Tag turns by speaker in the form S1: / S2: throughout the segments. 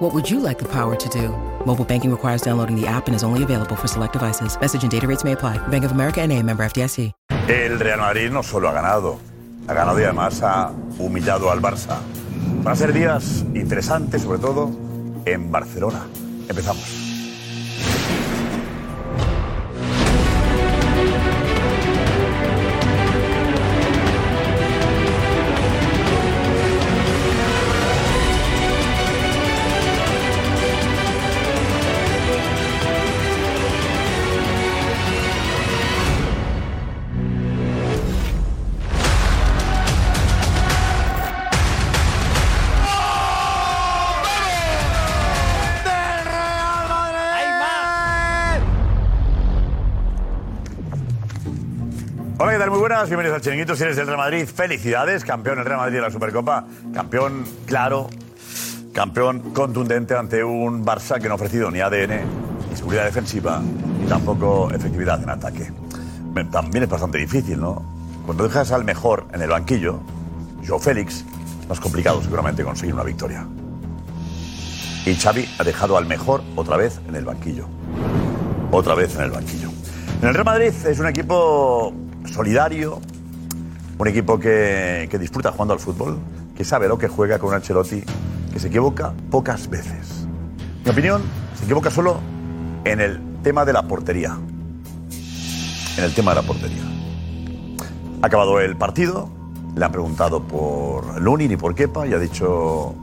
S1: What would you like the power to do? Mobile banking requires downloading the app and is only available for select devices. Message and data rates may apply. Bank of America and a member FDIC.
S2: El Real Madrid no solo ha ganado, ha ganado y además ha humillado al Barça. Van a ser días interesantes, sobre todo en Barcelona. Empezamos. Hola, ¿qué tal? Muy buenas, bienvenidos al Chiringuito. Si eres del Real Madrid, felicidades. Campeón el Real Madrid de la Supercopa. Campeón claro, campeón contundente ante un Barça que no ha ofrecido ni ADN, ni seguridad defensiva, ni tampoco efectividad en ataque. Me- También es bastante difícil, ¿no? Cuando dejas al mejor en el banquillo, Joe Félix, es más complicado seguramente conseguir una victoria. Y Xavi ha dejado al mejor otra vez en el banquillo. Otra vez en el banquillo. En el Real Madrid es un equipo solidario, un equipo que, que disfruta jugando al fútbol, que sabe lo que juega con un Ancelotti, que se equivoca pocas veces. Mi opinión, se equivoca solo en el tema de la portería. En el tema de la portería. Ha acabado el partido, le han preguntado por Lunin y por Kepa y ha dicho,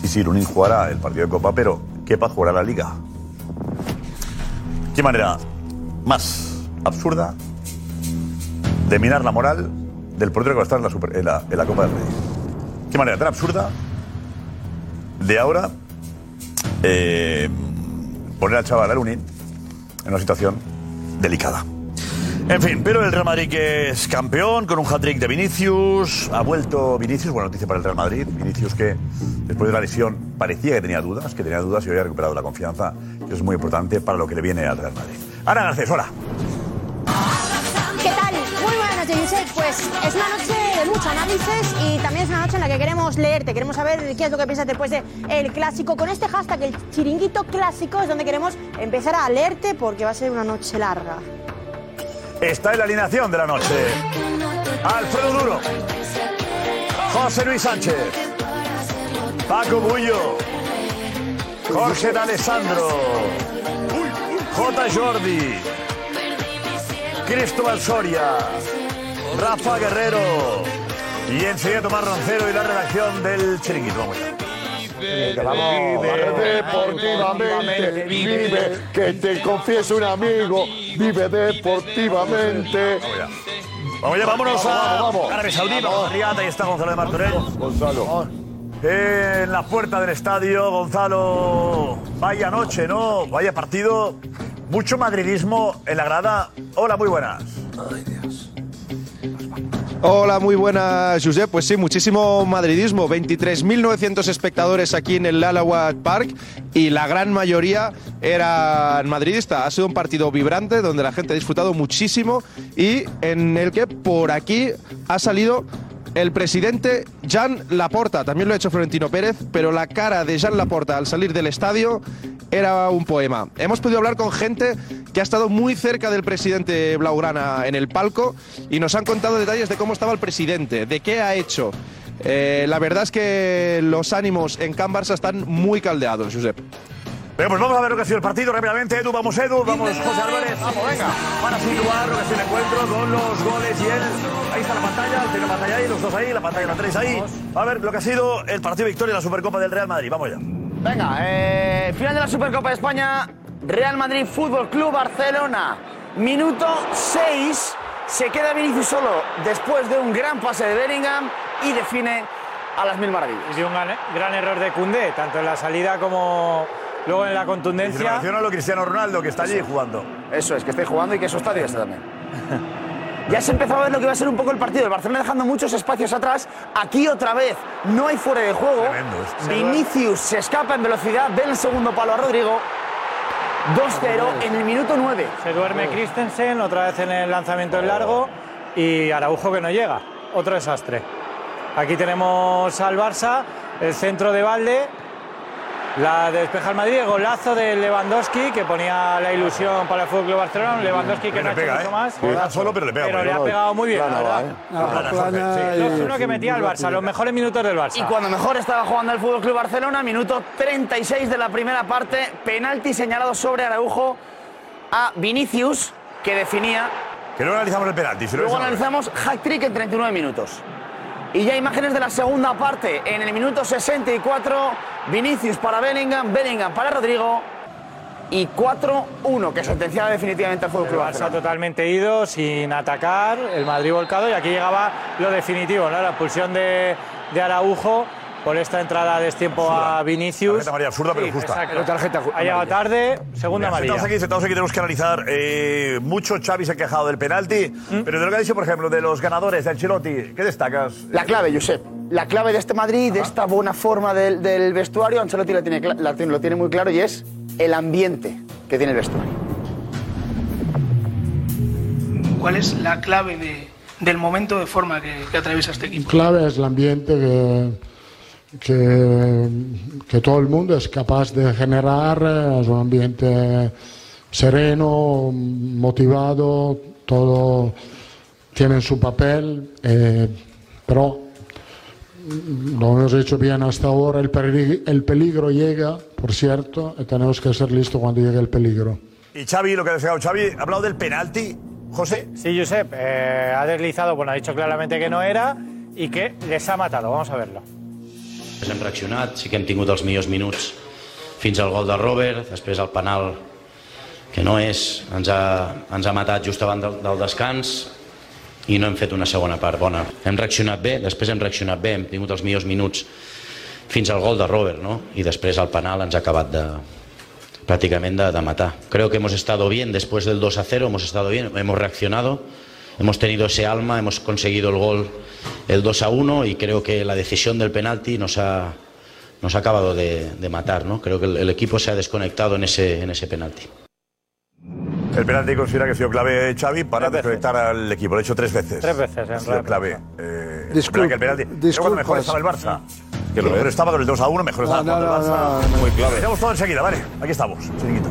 S2: sí, sí, Lunin jugará el partido de Copa, pero Kepa jugará la Liga. ¿Qué manera más absurda de minar la moral del portero que va a estar en la, Super- en la- en la Copa del Rey? ¿Qué manera tan absurda de ahora eh, poner al chaval a Lunin en una situación delicada? En fin, pero el Real Madrid que es campeón con un hat-trick de Vinicius. Ha vuelto Vinicius, buena noticia para el Real Madrid. Vinicius que después de la lesión parecía que tenía dudas, que tenía dudas y hoy ha recuperado la confianza, que es muy importante para lo que le viene al Real Madrid. Ahora Garcés, hola.
S3: ¿Qué tal? Muy buenas noches, Josep. Pues es una noche de mucho análisis y también es una noche en la que queremos leerte, queremos saber qué es lo que piensas después del el clásico. Con este hashtag, el chiringuito clásico, es donde queremos empezar a leerte porque va a ser una noche larga.
S2: Está en la alineación de la noche. Alfredo Duro. José Luis Sánchez. Paco Bullo. Jorge D'Alessandro. J. Jordi. Cristóbal Soria. Rafa Guerrero. Y enseguida Tomás Roncero y la redacción del Chiringuito. Vamos ya.
S4: Vive deportivamente, vive, que te confieso un amigo, vive deportivamente.
S2: Vamos ya, vámonos a
S4: Vamos, vamos.
S2: Arabia Saudí, vamos
S4: Vamos.
S2: a Riyadh, ahí está Gonzalo de Martorell. Eh,
S4: Gonzalo.
S2: En la puerta del estadio, Gonzalo. Vaya noche, ¿no? Vaya partido. Mucho madridismo en la grada. Hola, muy buenas.
S5: Hola, muy buenas, Josep. Pues sí, muchísimo madridismo. 23.900 espectadores aquí en el Alawat Park y la gran mayoría eran madridistas. Ha sido un partido vibrante donde la gente ha disfrutado muchísimo y en el que por aquí ha salido el presidente Jan Laporta. También lo ha hecho Florentino Pérez, pero la cara de Jan Laporta al salir del estadio era un poema. Hemos podido hablar con gente que ha estado muy cerca del presidente Blaugrana en el palco y nos han contado detalles de cómo estaba el presidente, de qué ha hecho. Eh, la verdad es que los ánimos en Can Barça están muy caldeados, Josep.
S2: Venga, pues vamos a ver lo que ha sido el partido rápidamente. Edu, vamos Edu, vamos José Álvarez. Vamos, venga. Para situar lo que es el encuentro con los goles y él. Ahí está la pantalla, tiene la pantalla ahí, los dos ahí, la pantalla la tres ahí. A ver lo que ha sido el partido victoria de la Supercopa del Real Madrid. Vamos ya.
S6: Venga, eh, final de la Supercopa de España, Real Madrid Fútbol Club Barcelona. Minuto 6, se queda Vinicius solo después de un gran pase de Bellingham y define a las mil maravillas.
S7: Y de un gran, gran error de Cundé, tanto en la salida como luego en la
S2: Y
S7: contundencia.
S2: relación a lo Cristiano Ronaldo, que está allí jugando.
S6: Eso es, que esté jugando y que su estadio esté también. ya se empezó a ver lo que iba a ser un poco el partido. El Barcelona dejando muchos espacios atrás. Aquí otra vez no hay fuera de juego.
S2: Tremendo esto.
S6: Vinicius se escapa en velocidad, ve el segundo palo a Rodrigo. 2-0 en el minuto 9.
S7: Se
S2: Oh.
S7: duerme Christensen, otra vez en el lanzamiento en largo y Araujo que no llega. Otro desastre. Aquí tenemos al Barça, el centro de balde. La despeja el Madrid, el golazo de Lewandowski que ponía la ilusión para el Fútbol Club Barcelona. Un Lewandowski que
S2: Pero
S7: no ha
S2: le
S7: hecho
S2: pega,
S7: mucho
S2: ¿eh?
S7: más.
S2: Le da solo, pero le pega,
S7: Pero
S2: porque
S7: le ha
S2: no-
S7: pegado muy bien, la
S4: Plana va,
S7: verdad.
S4: ¿eh?
S2: Ah,
S8: Plana,
S2: Jorge,
S8: plana
S2: sí.
S8: y-
S7: 2-1 que metía al Barça, los mejores minutos del Barça.
S6: Y cuando mejor estaba jugando el Fútbol Club Barcelona, minuto 36 de la primera parte, penalti señalado sobre Araujo a Vinicius, que definía.
S2: Que luego analizamos el penalti. Si lo
S6: Luego
S2: ves ahora.
S6: analizamos hat-trick en 39 minutos. Y ya imágenes de la segunda parte. En el minuto 64, Vinicius para Bellingham, Bellingham para Rodrigo. Y 4-1, que sentenciaba definitivamente al Fútbol
S7: El
S6: Club
S7: Barça
S6: Barcelona.
S7: totalmente ido, sin atacar, el Madrid volcado y aquí llegaba lo definitivo, ¿no? la expulsión de, de Araujo por esta entrada de tiempo a Vinicius.
S2: Tarjeta amarilla absurda, pero justa.
S7: exacto.
S8: Pero tarjeta ju-
S7: ha llegado tarde,
S2: Mira,
S7: segunda amarilla.
S2: Sentados aquí, sentados aquí tenemos que analizar. eh, mucho Xavi se ha quejado del penalti,
S7: Mm.
S2: pero de lo que ha dicho, por ejemplo, de los ganadores de Ancelotti, ¿qué destacas?
S6: La clave, Josep. La clave de este Madrid, de esta buena forma del, del vestuario, Ancelotti la tiene cla- la tiene- lo tiene muy claro y es el ambiente que tiene el vestuario.
S9: ¿Cuál es la clave de- del momento de forma que, que atraviesa este equipo?
S10: clave es el ambiente que, que, que todo el mundo es capaz de generar, eh, es un ambiente sereno, motivado, todo tiene su papel, eh, pero mm, lo hemos hecho bien hasta ahora, el, peri- el peligro llega, por cierto, y tenemos que ser listos cuando llegue el peligro.
S2: Y Xavi, lo que ha destacado Xavi, ha hablado del penalti, José.
S7: Sí, Josep, eh, ha deslizado, bueno, ha dicho claramente que no era y que les ha matado, vamos a verlo.
S11: Després hem reaccionat, sí que hem tingut els millors minuts fins al gol de Robert, després el penal que no és, ens ha, ens ha matat just abans del, del descans i no hem fet una segona part bona. Hem reaccionat bé, després hem reaccionat bé, hem tingut els millors minuts fins al gol de Robert, no? I després el penal ens ha acabat de, prácticamente de, de matar. Creo que hemos estado bien después del 2 a 0, hemos estado bien, hemos reaccionado, hemos tenido ese alma, hemos conseguido el gol el 2 a 1 y creo que la decisión del penalti nos ha, nos ha acabado de, de matar. ¿no? Creo que el, el equipo se ha desconectado en ese, en ese penalti.
S2: El penalti considera que ha sido clave Xavi para desconectar al equipo. Lo ha hecho tres veces.
S7: Tres veces, en
S2: Ha sido
S7: realidad.
S2: clave. Eh, es
S8: Disculpa-
S2: verdad que el penalti. Era cuando mejor
S8: disculpas.
S2: estaba el Barça. Que lo mejor estaba con el 2 a 1,
S6: Pues
S2: mejor estaba
S8: No, no,
S2: jugando el
S8: no,
S2: Barça.
S8: no, no.
S2: Muy clave. Hacemos todo enseguida, ¿vale? Aquí estamos. Chiringuito.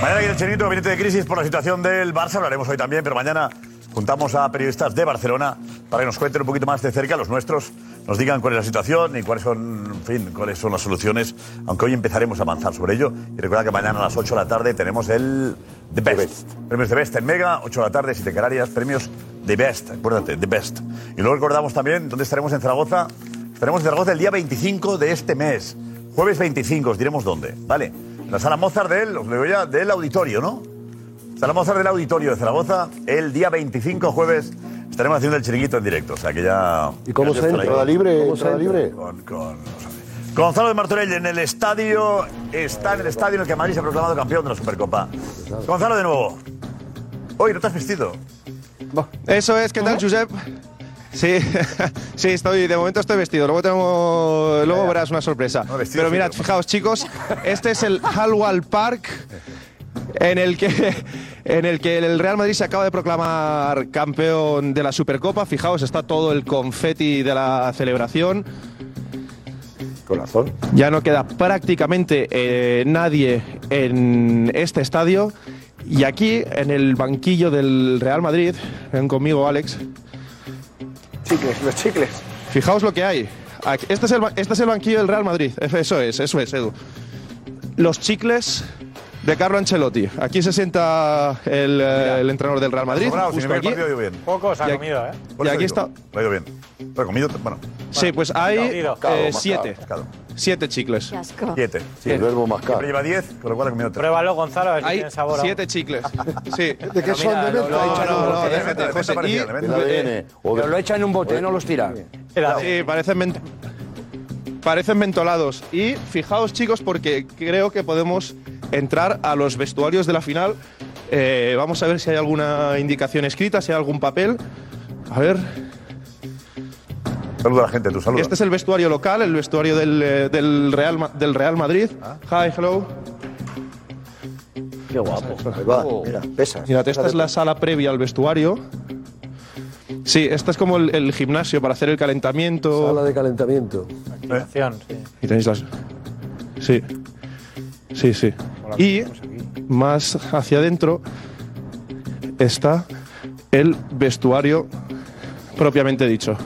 S2: Mañana viene el Chiringuito, gabinete de crisis por la situación del Barça. Hablaremos hoy también, pero mañana juntamos a periodistas de Barcelona para que nos cuenten un poquito más de cerca, los nuestros, nos digan cuál es la situación y cuáles son, en fin, cuáles son las soluciones. Aunque hoy empezaremos a avanzar sobre ello. Y recuerda que mañana a las 8 de la tarde tenemos el The Best. Premios The Best en Mega, 8 de la tarde, 7 Canarias, premios The Best. Acuérdate, The Best. Y luego recordamos también dónde estaremos en Zaragoza. Estaremos en Zaragoza el día 25 de este mes. Jueves 25, os diremos dónde, ¿vale? En la sala Mozart del, os lo digo ya, del auditorio, ¿no? Sala Mozart del auditorio de Zaragoza, el día 25, jueves, estaremos haciendo el chiringuito en directo, o sea que ya...
S4: ¿Y cómo
S2: ya
S4: se
S2: estará ahí.
S4: entra? libre?
S8: ¿Cómo se
S4: entrada
S8: entra?
S4: libre?
S2: Con, con- vamos a ver. Gonzalo de Martorell en el estadio, está en el estadio en el que Madrid se ha proclamado campeón de la Supercopa.
S4: Pues
S2: Gonzalo de nuevo. Hoy no te has vestido.
S5: Eso es, ¿qué tal, Josep? Sí, sí, estoy, de momento estoy vestido. Luego tengo, luego verás una sorpresa.
S2: No, vestido
S5: Pero
S2: sí,
S5: mirad,
S2: pero-
S5: fijaos, chicos, este es el Halwall Park en el que en el que el Real Madrid se acaba de proclamar campeón de la Supercopa. Fijaos, está todo el confeti de la celebración.
S2: Corazón.
S5: Ya no queda prácticamente eh, nadie en este estadio. Y aquí, en el banquillo del Real Madrid, ven conmigo, Alex.
S8: Chicles, los chicles.
S5: Fijaos lo que hay. Aquí- Este es el, ba- este es el banquillo del Real Madrid. Eso es, eso es, Edu. Los chicles de Carlo Ancelotti. Aquí se sienta el, eh, el entrenador del Real Madrid.
S2: Sobrado, si
S5: justo
S2: me ve el
S5: aquí.
S2: partido, digo bien.
S7: Pocos ha
S5: Y aquí-
S7: comido, ¿eh?
S2: Por
S5: y
S2: eso
S5: aquí
S2: digo,
S5: está.
S2: Lo he ido bien. Lo he comido, bueno.
S5: Sí, pues hay
S2: Mascado,
S5: eh,
S2: mascado,
S5: siete.
S2: mascado.
S5: Siete chicles.
S2: Siete.
S5: Sí, el verbo
S2: mascar. Siempre lleva diez, con lo cual ha comido tres.
S7: Pruébalo, Gonzalo, a ver si
S5: Hay
S7: tiene sabor. a- Ah,
S5: siete chicles. Sí.
S7: ¿De qué son? ¿De menta?
S5: No, no, no,
S7: De
S5: déjate,
S7: menta,
S5: José.
S7: parecía,
S5: Y-
S7: de menta. De ADN, o de-
S12: Pero lo echa en un bote, no los tira.
S5: Sí, parecen, ment- parecen mentolados. Y fijaos, chicos, porque creo que podemos entrar a los vestuarios de la final. Eh, vamos a ver si hay alguna indicación escrita, si hay algún papel. A ver.
S2: Saluda a la gente, tú saluda.
S5: Este es el vestuario local, el vestuario del, eh, del Real, Ma- del Real Madrid. Hi, hello.
S8: Qué guapo. Ahí va, mira, pesa.
S5: Mírate, Oh. esta es la sala previa al vestuario. Sí, esta es como el, el gimnasio para hacer el calentamiento. Sala
S12: de calentamiento.
S7: Acción, sí.
S5: Y tenéis las. Sí. Sí, sí. Y más hacia adentro está el vestuario propiamente dicho.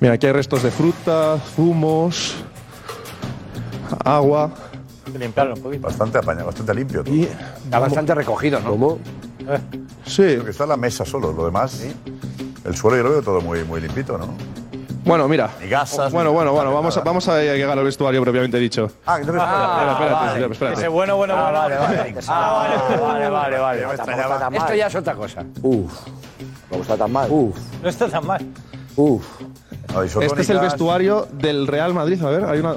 S5: Mira, aquí hay restos de fruta, zumos, agua.
S7: Limpiarlo un poquito.
S2: Bastante apañado, bastante limpio. Todo.
S12: Está bastante recogido, ¿no? ¿Cómo?
S5: Eh. Sí.
S2: Lo que está en la mesa solo, lo demás. El suelo yo lo veo todo muy, muy limpito, ¿no?
S5: Bueno, mira.
S2: Ni gasas,
S5: bueno,
S2: ni
S5: bueno, bueno, vamos a, vamos a llegar al vestuario propiamente dicho.
S2: Ah, entonces.
S5: Espera, espérate, espérate, espérate.
S7: Ese bueno, bueno,
S12: Ah,
S7: bueno.
S12: vale, vale. Ah, vale, vale, vale, vale.
S2: Ya me
S12: Tampoco
S2: extrañaba.
S12: está tan mal. Esto ya es otra cosa.
S8: Uf. No está tan mal. Uf.
S7: No está tan mal.
S8: Uf.
S5: Este es el vestuario del Real Madrid. A ver, hay una.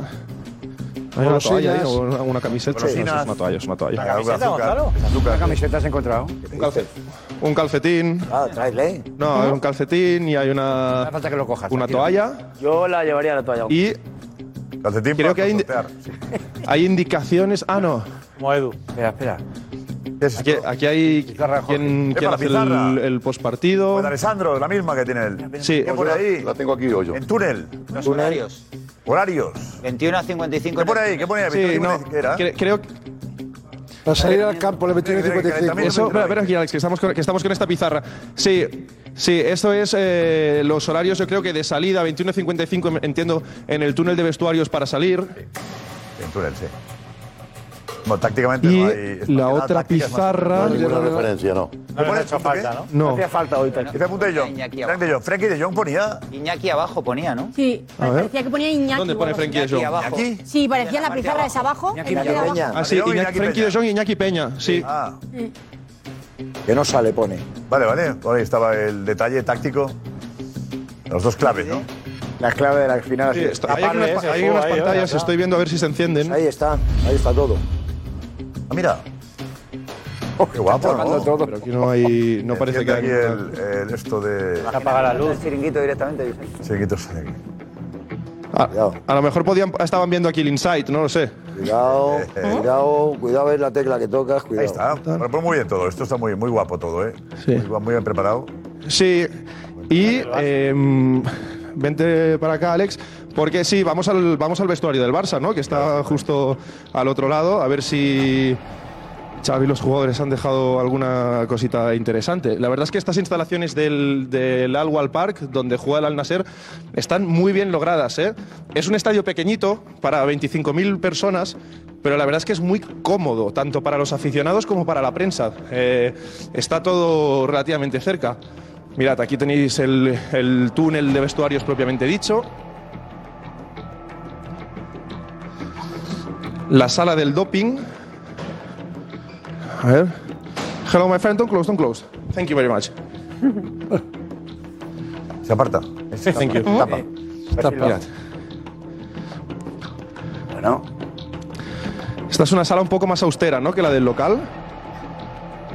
S5: Hay una
S12: Golosinas.
S5: toalla ahí, o una, una camiseta. No,
S12: Golosinas.
S5: es una toalla, es una toalla.
S12: ¿Qué camiseta has encontrado?
S5: Un, calce- un calcetín.
S8: Ah, tráele.
S5: No, hay un calcetín y hay una.
S12: hace falta que lo cojas.
S5: Una toalla.
S6: Yo la llevaría la toalla.
S5: Y
S2: Calcetín
S5: creo que hay, indi- hay indicaciones. Ah, no.
S7: Como Edu.
S12: Espera, espera.
S5: Aquí, aquí hay quien,
S2: Jorge.
S5: quien
S2: Epa,
S5: hace
S2: pizarra.
S5: el, el postpartido.
S2: Pues Alessandro, la misma que tiene él.
S5: Sí.
S2: ¿Qué pone ahí? La
S4: tengo aquí yo. yo.
S2: En túnel.
S13: Los horarios.
S2: Horarios.
S13: 21 a 55.
S2: ¿Qué pone ahí? ¿Qué pone ahí?
S5: Sí,
S2: Víctor,
S5: no,
S2: ¿qué era?
S5: cre- creo que.
S4: Para salir al campo le
S1: este
S4: metieron
S2: Eh,
S4: 55.
S5: Eso, espera, espera aquí, Alex, que estamos, con, que estamos con esta pizarra. Sí, sí, esto es eh, los horarios, yo creo que de salida, 21.55, em, entiendo, en el túnel de vestuarios para salir.
S2: En túnel, sí. Bueno, tácticamente
S5: Y
S2: no hay. Ah,
S5: la otra
S2: táctica es más-
S5: pizarra-
S2: No hay
S4: No
S2: ninguna
S4: hay referencia,
S2: referencia.
S4: no.
S7: No le ha hecho falta, ¿no?
S5: No.
S6: Hacía falta hoy. tal.
S2: Dice apunte de Jong.
S13: Iñaki
S2: Frank de Jong. Frenkie de Jong ponía.
S13: Iñaki abajo ponía, ¿no?
S3: Sí,
S5: A ver.
S3: parecía que ponía Iñaki.
S5: ¿Dónde
S3: o
S5: pone
S3: algo
S5: Frenkie de
S13: Iñaki
S5: Jong?
S13: abajo.
S2: Aquí.
S3: Sí, parecía en la
S13: Parte
S3: pizarra
S13: abajo.
S3: es abajo. en la
S8: Iñaki
S3: pizarra
S8: Peña.
S3: abajo.
S5: Ah, sí,
S2: Adiós,
S5: Iñaki,
S2: Iñaki
S5: Frenkie de
S2: Peña.
S5: Jong y Iñaki Peña, sí.
S2: Ah,
S3: Eh,
S8: Que no sale, pone.
S2: vale, vale. Bueno, ahí estaba el detalle táctico. Los dos claves, ¿no?
S8: La clave de la final.
S5: Sí,
S8: así.
S5: está- hay unas, pa- hay unas pantallas, estoy viendo a ver si se encienden.
S8: Ahí está. Ahí está todo.
S2: Ah, mira. Oh, qué guapo, ¿no?
S5: Pero aquí no hay. No parece que
S2: Enciende
S5: hay.
S2: aquí el, el esto de.
S7: Apaga la luz.
S12: El chiringuito directamente. dice.
S2: Sí, quítose de aquí.
S5: A, Ah, a lo mejor podían, estaban viendo aquí el insight, no lo sé.
S8: Cuidado, cuidado, cuidado a ver la tecla que tocas, cuidado.
S2: Ahí está. Bueno, pues muy bien todo. Esto está muy, muy guapo todo, ¿eh?
S5: Sí.
S2: Muy, guapo, muy bien preparado.
S5: Sí, y em, vente para acá, Alex, porque sí, vamos al, vamos al vestuario del Barça, ¿no? Que está justo al otro lado, a ver si Xavi y los jugadores han dejado alguna cosita interesante. La verdad es que estas instalaciones del, del Al Wal Park, donde juega el Al Nasser, están muy bien logradas, ¿eh? Es un estadio pequeñito para 25.000 personas, pero la verdad es que es muy cómodo, tanto para los aficionados como para la prensa. Eh, está todo relativamente cerca. Mirad, aquí tenéis el, el túnel de vestuarios propiamente dicho. La sala del doping. A ver. Hello, my friend. Don't close, don't close. Thank you very much.
S2: Se aparta.
S5: Thank you.
S2: Tapa.
S5: Mirad.
S12: Bueno,
S5: Esta es una sala un poco más austera, ¿no? Que la del local.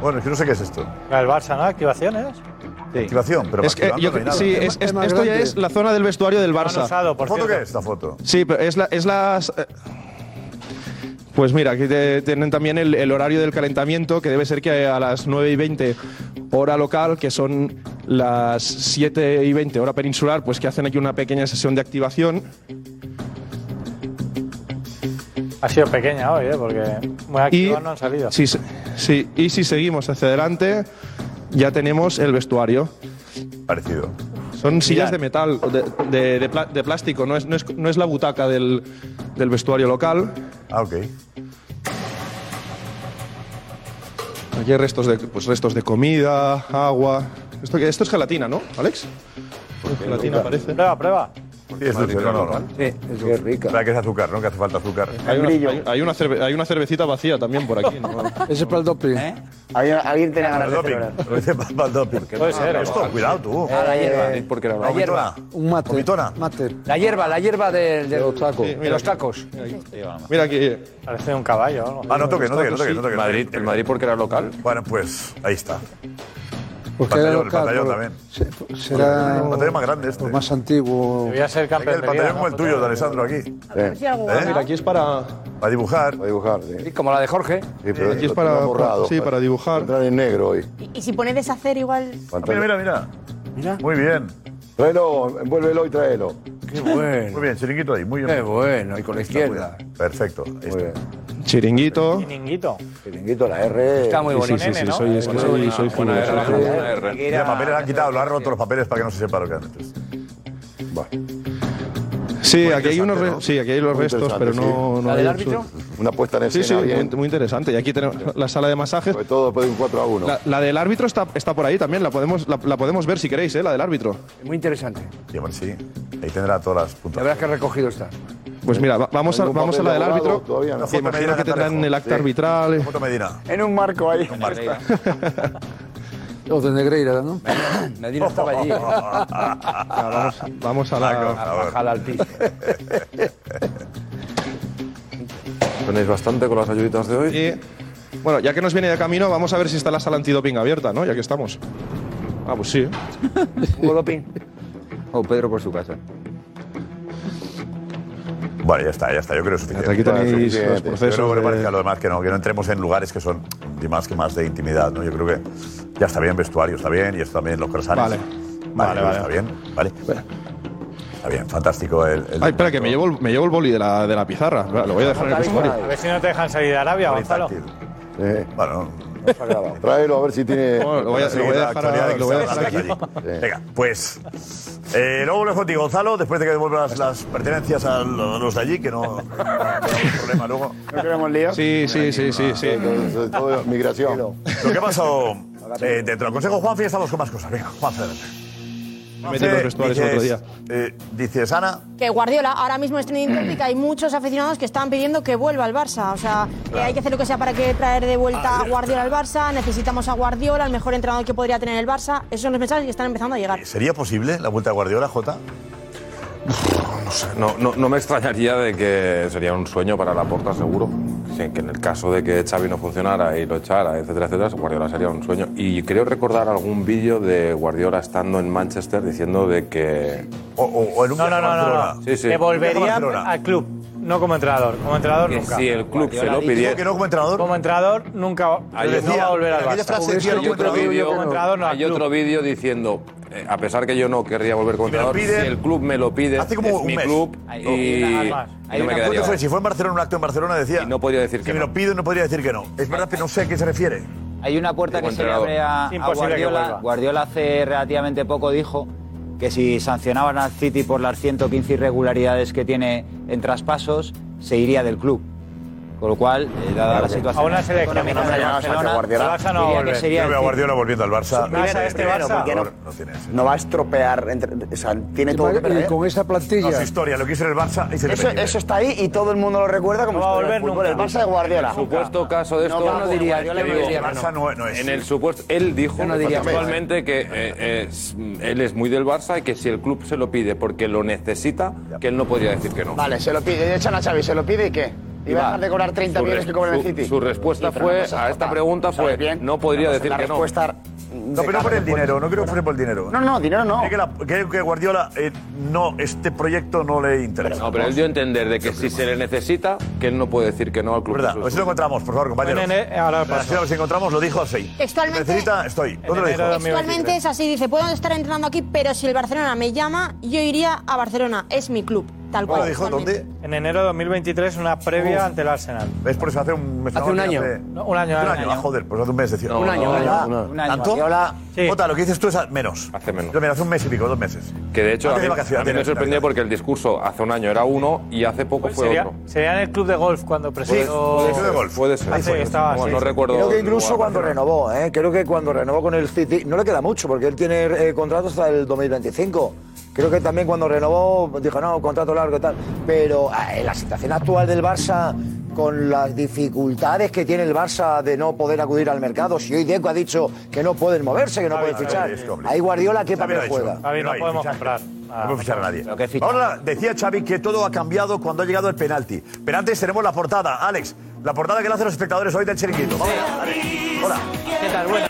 S2: Bueno, es que no sé qué es esto.
S7: La del Barça, ¿no? Activaciones.
S2: Activación, pero
S5: Es que,
S2: activando
S5: yo-
S2: no hay nada.
S5: sí, es- es- esto ya es la zona del vestuario del
S7: Lo han
S5: Barça.
S7: usado,
S2: ¿La
S7: por
S2: foto
S7: cierto.
S2: qué es? La foto.
S5: Sí, pero es la. Es las, eh, Pues mira, aquí te- tienen también el, el horario del calentamiento, que debe ser que a las 9 y 20 hora local, que son las 7 y 20 hora peninsular, pues que hacen aquí una pequeña sesión de activación.
S7: Ha sido pequeña hoy, ¿eh? porque muy activos no han salido.
S5: Sí, se- sí, y si seguimos hacia adelante, ya tenemos el vestuario.
S2: Parecido.
S5: Son sillas de metal, o de, de- de pla- de plástico, no es, no, es, no es la butaca del, del vestuario local.
S2: Ah, ok.
S5: Aquí hay restos de, pues, restos de comida, agua. Esto, que- esto es gelatina, ¿no, Alex? gelatina parece.
S7: Prueba, prueba.
S2: Sí, es dulce, no, no, no.
S8: Sí, es que es rica.
S2: ¿Verdad que es azúcar, no? Que hace falta azúcar.
S5: Hay una, hay, hay una cerve- hay una cervecita vacía también por aquí.
S8: Ese es para el doping.
S6: ¿Eh? Alguien, alguien tenía ganas de
S2: doping.
S6: celebrar.
S2: Lo dice para el doping.
S6: Puede ser,
S2: Esto,
S6: ¿eh?
S2: cuidado tú.
S6: Ah, la hierba.
S5: Porque
S2: La hierba.
S8: Un mate.
S2: Vomitona.
S8: Mate.
S13: La hierba, la hierba del-
S8: De
S13: del-
S8: los tacos.
S13: de los tacos.
S5: Mira aquí.
S7: Parece un caballo o algo.
S2: Ah, no toques, no toques, no toques. No toques.
S14: Madrid, el Madrid porque era local.
S2: Bueno, pues ahí está.
S1: pues,
S8: Porque
S2: Batallón,
S8: era
S2: el
S8: local,
S2: batallón
S8: pero
S2: también.
S8: se- Será
S2: El batallón más grande este.
S8: o más antiguo.
S7: Debía ser
S2: Hay que
S7: campeón
S2: El batallón como el tuyo, de Alessandro, aquí. ¿Eh?
S5: Mira, aquí es para.
S2: Para dibujar.
S8: Para dibujar, sí.
S13: Como la de Jorge.
S8: pero
S5: aquí es
S8: lo
S5: para-
S8: tengo borrado.
S5: sí, para dibujar.
S8: Entrar en negro hoy.
S3: Y, y si pones deshacer igual...
S2: Mira, mira, mira. Muy bien.
S8: Tráelo, envuélvelo y tráelo.
S2: Qué bueno. Muy bien, chiringuito ahí, muy bien. Qué
S8: bueno, y con la izquierda.
S2: Perfecto. ahí está.
S5: Chiringuito.
S7: Chiringuito.
S8: Chiringuito, la R.
S13: Está muy
S5: Sí,
S13: bonito.
S5: Sí, sí, sí, soy, es que soy, soy figura, soy figura.
S2: Mira, papeles han quitado, lo han roto los papeles para que no se sepa lo que han hecho.
S5: Sí, aquí hay unos, re- sí, aquí hay los
S2: Muy
S5: restos, pero
S2: interesante,
S5: no.
S2: sí.
S5: no
S2: ¿La
S5: hay
S2: del
S5: absolut-
S2: árbitro?
S8: Una puesta en
S5: Sí,
S8: escena
S5: sí,
S8: bien.
S5: muy, muy interesante. Y aquí tenemos la sala de masajes.
S2: Pues
S8: Sobre todo después de un 4 a 1.
S5: La, la del árbitro está, está por ahí también, la podemos, la, la podemos ver si queréis, ¿eh? la del árbitro.
S13: Muy interesante.
S2: Y bueno, sí. Ahí tendrá todas las puntas.
S13: La verdad es que recogido está.
S5: Pues mira, va- vamos, a,
S2: ¿Algún
S5: vamos a la
S2: papel
S5: del
S2: de abogado?
S5: árbitro,
S2: Todavía no. Una
S5: que
S2: foto
S5: imagino
S2: Medina
S5: que tendrán
S2: Catalejo.
S5: el acta
S2: Sí.
S5: arbitral. eh.
S2: Foto Medina.
S13: En un marco ahí.
S8: Los de Negreira, ¿no?
S13: Medina estaba allí.
S5: Ah, vamos, vamos a la...
S13: Bajada al piso.
S14: Tenéis bastante con las ayuditas de hoy.
S5: y- bueno, ya que nos viene de camino, vamos a ver si está la sala antidoping abierta, ¿no? Ya que estamos. Ah, pues sí.
S13: Hugo Doping. O Oh, Pedro por su casa.
S2: Bueno, ya está, ya está. Yo creo que es suficiente.
S5: Aquí tenéis los procesos
S2: Yo creo que
S5: de-
S2: parece a lo demás que no, que no entremos en lugares que son de más que más de intimidad, ¿no? Yo creo que ya está bien, vestuario está bien, y está bien los croissants.
S5: Vale. Vale,
S2: Vale,
S5: vale.
S2: Está bien, vale. Está bien, fantástico el... el
S5: Ay, espera, que me llevo, el- me llevo el boli de la, de la pizarra. Espera, Lo voy a dejar en el vestuario.
S7: A ver si no te dejan salir de Arabia, Gonzalo.
S2: Bueno,
S8: Tráelo a ver si tiene.
S5: Bueno, lo voy a- lo voy a dejar
S2: actualidad
S5: a-
S2: que
S5: lo voy a
S2: estamos
S5: dejar
S2: hablando allí. Venga, pues. eh, luego lo dejo contigo, Gonzalo, después de que devuelvas las pertenencias a lo- los de allí, que no. no hay problema luego.
S6: No queremos lío.
S5: Sí, sí, sí, sí, sí.
S8: Sobre todo migración.
S2: Lo que ha pasado. eh, te te lo aconsejo, Juanfi, estamos con más cosas. Venga, Juanfi, adelante.
S5: Me metí en los vestuarios el otro
S2: dices, eh, dices, Ana,
S3: Que Guardiola ahora mismo es trending topic. Hay muchos aficionados que están pidiendo que vuelva al Barça. O sea, eh, hay que hacer lo que sea para que traer de vuelta a Guardiola al Barça. Necesitamos a Guardiola, el mejor entrenador que podría tener el Barça. Esos son los mensajes que están empezando a llegar.
S2: ¿sería posible la vuelta de Guardiola, Jota?
S14: No, sé, no- no- no me extrañaría de que sería un sueño para la porta seguro. Sí, Que en el caso de que Xavi no funcionara y lo echara, etcétera, etcétera, Guardiola sería un sueño. Y creo recordar algún vídeo de Guardiola estando en Manchester diciendo de que.
S2: O, o- o en un
S7: No, no, no, no. no.
S14: Sí, sí.
S7: Te volvería
S14: Barcelona.
S7: al club, no como entrenador. Como entrenador
S14: Que
S7: nunca.
S14: si el club se lo
S2: Dijo
S14: pidiera.
S2: que no como entrenador.
S7: Como entrenador nunca
S14: Hay
S7: no
S14: otro-
S7: va a volver al
S2: en aquella
S7: Barça.
S2: frase decía,
S14: Hay
S2: no
S14: otro vídeo-
S7: como entrenador no al
S14: hay
S7: club.
S14: otro vídeo diciendo, eh, a pesar que yo no querría volver como
S2: me lo
S14: entrenador,
S2: piden-
S14: si el club me lo pide,
S2: Hace como
S14: es
S2: un
S14: mi
S2: mes.
S14: club
S2: Ahí,
S14: y,
S2: nada
S14: y
S2: más.
S14: no me
S2: ¿Cuándo
S14: quedaría.
S2: fue? Si fue en Barcelona, un acto en Barcelona, decía.
S14: Y no podía decir
S2: Si
S14: que
S2: me
S14: no.
S2: lo piden, no podría decir que no. Es verdad, pero no sé a qué se refiere.
S13: Hay una puerta que
S2: Buen
S13: se le abre a,
S2: entrenador.
S13: a
S2: Imposible que
S13: Guardiola.
S2: vuelva.
S13: Guardiola hace relativamente poco dijo que si sancionaban al City por las 115 irregularidades que tiene en traspasos, se iría del club. Con lo cual, eh, dada la situación
S7: A una selección
S13: económica
S7: que no
S13: del
S7: me llama
S13: Barcelona,
S7: Sánchez Guardiola. Barça no va a
S13: diría que
S7: volver.
S13: sería
S2: Yo
S13: el
S2: veo a
S13: City.
S2: Guardiola volviendo al Barça.
S7: Primero, Barça, este primero, Barça. porque
S2: No,
S7: no-
S2: no tiene sentido.
S15: No va a estropear. entre- o sea, tiene todo que perder.
S8: Y con esa plantilla.
S2: No, su historia, lo que hizo en el Barça, ahí se le
S15: Eso,
S2: perdió.
S15: eso está ahí y todo el mundo lo recuerda como
S7: No va a
S15: historia del
S7: volver
S15: fútbol.
S7: nunca.
S15: El Barça de Guardiola.
S14: supuesto caso de esto,
S15: No, no diría,
S14: te
S15: yo le
S14: digo,
S15: diría
S2: que no. Barça no- no es.
S14: En el supuesto, él dijo
S15: Yo no diría que no.
S14: actualmente que eh, es- él es muy del Barça y que si el club se lo pide porque lo necesita, que él no podría decir que no.
S15: Vale, se lo pide. Echan a Xavi, ¿se lo pide y qué? ¿Y va a dejar de cobrar 30
S14: Su
S15: millones
S14: res-
S15: que cobra el
S14: su- Eh,
S15: City?
S14: Su respuesta
S15: Sí, pero
S14: fue
S15: no pasa
S14: a esta
S15: nada.
S14: pregunta
S15: ¿Sabes
S14: fue
S15: bien?
S14: no podría
S15: Entonces,
S14: decir
S15: la
S14: que no.
S15: respuesta
S2: No, pero no por el dinero, no creo que fuese por el dinero.
S6: No, no, dinero no.
S2: Creo que, la- creo que Guardiola, eh, no, este proyecto no le interesa.
S14: No, pero él dio a entender de que si se le necesita, que él no puede decir que no al club.
S2: Verdad,
S14: Eso es
S2: hoy sí
S14: suyo.
S2: lo encontramos, por favor, compañeros. Así nos encontramos, lo dijo así.
S3: Textualmente-
S2: Necesita, estoy. ¿Dónde lo dijo?
S3: Actualmente es así, dice, puedo estar entrenando aquí, pero si el Barcelona me llama, yo iría a Barcelona, es mi club, tal cual. actualmente.
S7: En enero de 2023, una previa
S2: Uf.
S7: ante el Arsenal.
S2: Es por eso hace un mes.
S7: Hace un año. No, un año,
S2: Un
S7: un
S2: año,
S7: año.
S2: ah, joder, pues hace un mes, decía.
S7: No, Un año, no, un año,
S2: Ah,
S7: un año. Un año.
S2: ¿Tanto?
S7: Guardiola-
S2: Jota, lo que dices tú es menos. Hace menos. Mira, hace un mes y pico, dos meses.
S14: Que de hecho, a
S2: Antes
S14: mí,
S2: de
S14: a
S2: vacaciones,
S14: mí me sorprendió porque el discurso hace un año era uno y hace poco fue
S7: Sería,
S14: otro.
S7: sería en el club de golf cuando presentó.
S14: puede ser, puede ser.
S7: Ah, sí, estaba
S14: No,
S7: así.
S14: no recuerdo.
S8: Creo que
S14: el
S8: incluso
S14: lugar.
S8: cuando renovó, ¿eh? creo que cuando renovó con el City, no le queda mucho porque él tiene eh, contrato hasta el 2025. Creo que también cuando renovó dijo, no, contrato largo y tal. Pero ah, en la situación actual del Barça, con las dificultades que tiene el Barça de no poder acudir al mercado, si hoy Deco ha dicho que no pueden moverse, que no pueden fichar, ahí Guardiola, ¿qué
S2: Xavi lo ha
S8: papel
S2: dicho.
S8: juega?
S2: Xavi, no podemos comprar. No podemos fichar a nadie.
S8: Pero qué ficha.
S2: Ahora decía Xavi que todo ha cambiado cuando ha llegado el penalti. Pero antes tenemos la portada, Alex. La portada que le hacen los espectadores hoy del chiringuito. Vamos. Hola.
S16: ¿Qué tal? Bueno.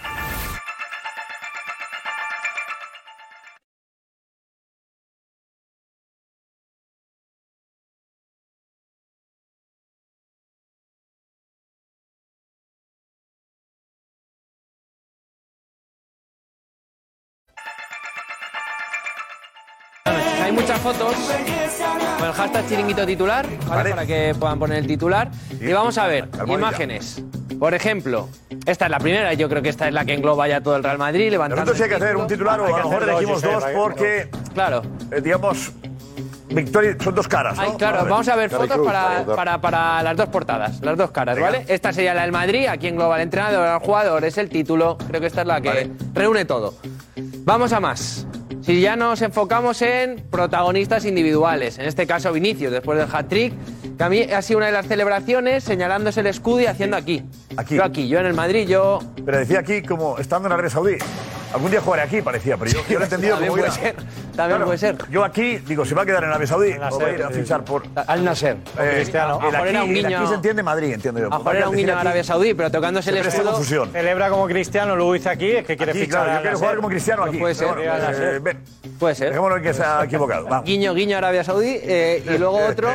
S16: Hay muchas fotos con el hashtag chiringuito titular, ¿vale? para que puedan poner el titular. Y vamos a ver,
S2: Carmona,
S16: imágenes. Por ejemplo, esta es la primera, yo creo que esta es la que engloba ya todo el Real Madrid. Levantando
S2: Nosotros sí
S16: el
S2: hay que hacer
S16: título.
S2: un titular o a lo mejor elegimos dos porque. eh,
S16: Claro.
S2: digamos, victoria, son dos caras. ¿no?
S16: Ay, claro, vamos a ver
S2: Carry
S16: fotos
S2: Cruz,
S16: para,
S2: claro.
S16: para- para las dos portadas, las dos caras,
S2: Venga.
S16: ¿vale? Esta sería la del Madrid, aquí engloba el entrenador, el jugador, es el título, creo que esta es la que reúne todo. Vamos a más. Si ya nos enfocamos en protagonistas individuales, en este caso Vinicius, después del hat-trick, que a mí ha sido una de las celebraciones señalándose el escudo y haciendo aquí. Yo aquí, yo en el Madrid, yo...
S2: Pero decía aquí como estando en Arabia Saudí. Algún día jugaré aquí, parecía, pero yo, yo lo he entendido
S16: También
S2: como
S16: puede
S2: que
S16: ser,
S2: era-
S16: también
S2: Claro,
S16: puede ser.
S2: Yo aquí, digo, se va a quedar en Arabia Saudí, o va a ir a
S16: sí, sí.
S2: fichar por...
S16: Al Nasser.
S2: Eh,
S16: Cristiano.
S2: el
S16: A
S2: aquí,
S16: Jorge era un
S2: el
S16: guiño-
S2: aquí se entiende Madrid, entiendo yo.
S16: A mejor era un guiño a Arabia Saudí, pero tocándose el
S2: Siempre está
S16: escudo...
S2: confusión.
S7: Celebra como Cristiano, luego dice aquí, es que quiere
S2: Aquí,
S7: fichar
S2: claro, yo
S7: al
S2: quiero
S7: Al-Nassr.
S2: jugar como Cristiano aquí.
S7: Puede ser.
S2: Pero bueno,
S7: Al-Nassr.
S2: eh, ven.
S16: Puede ser.
S2: Dejémoslo en que se ha equivocado. Vamos.
S16: Guiño, guiño, Arabia Saudí. eh, y luego otro,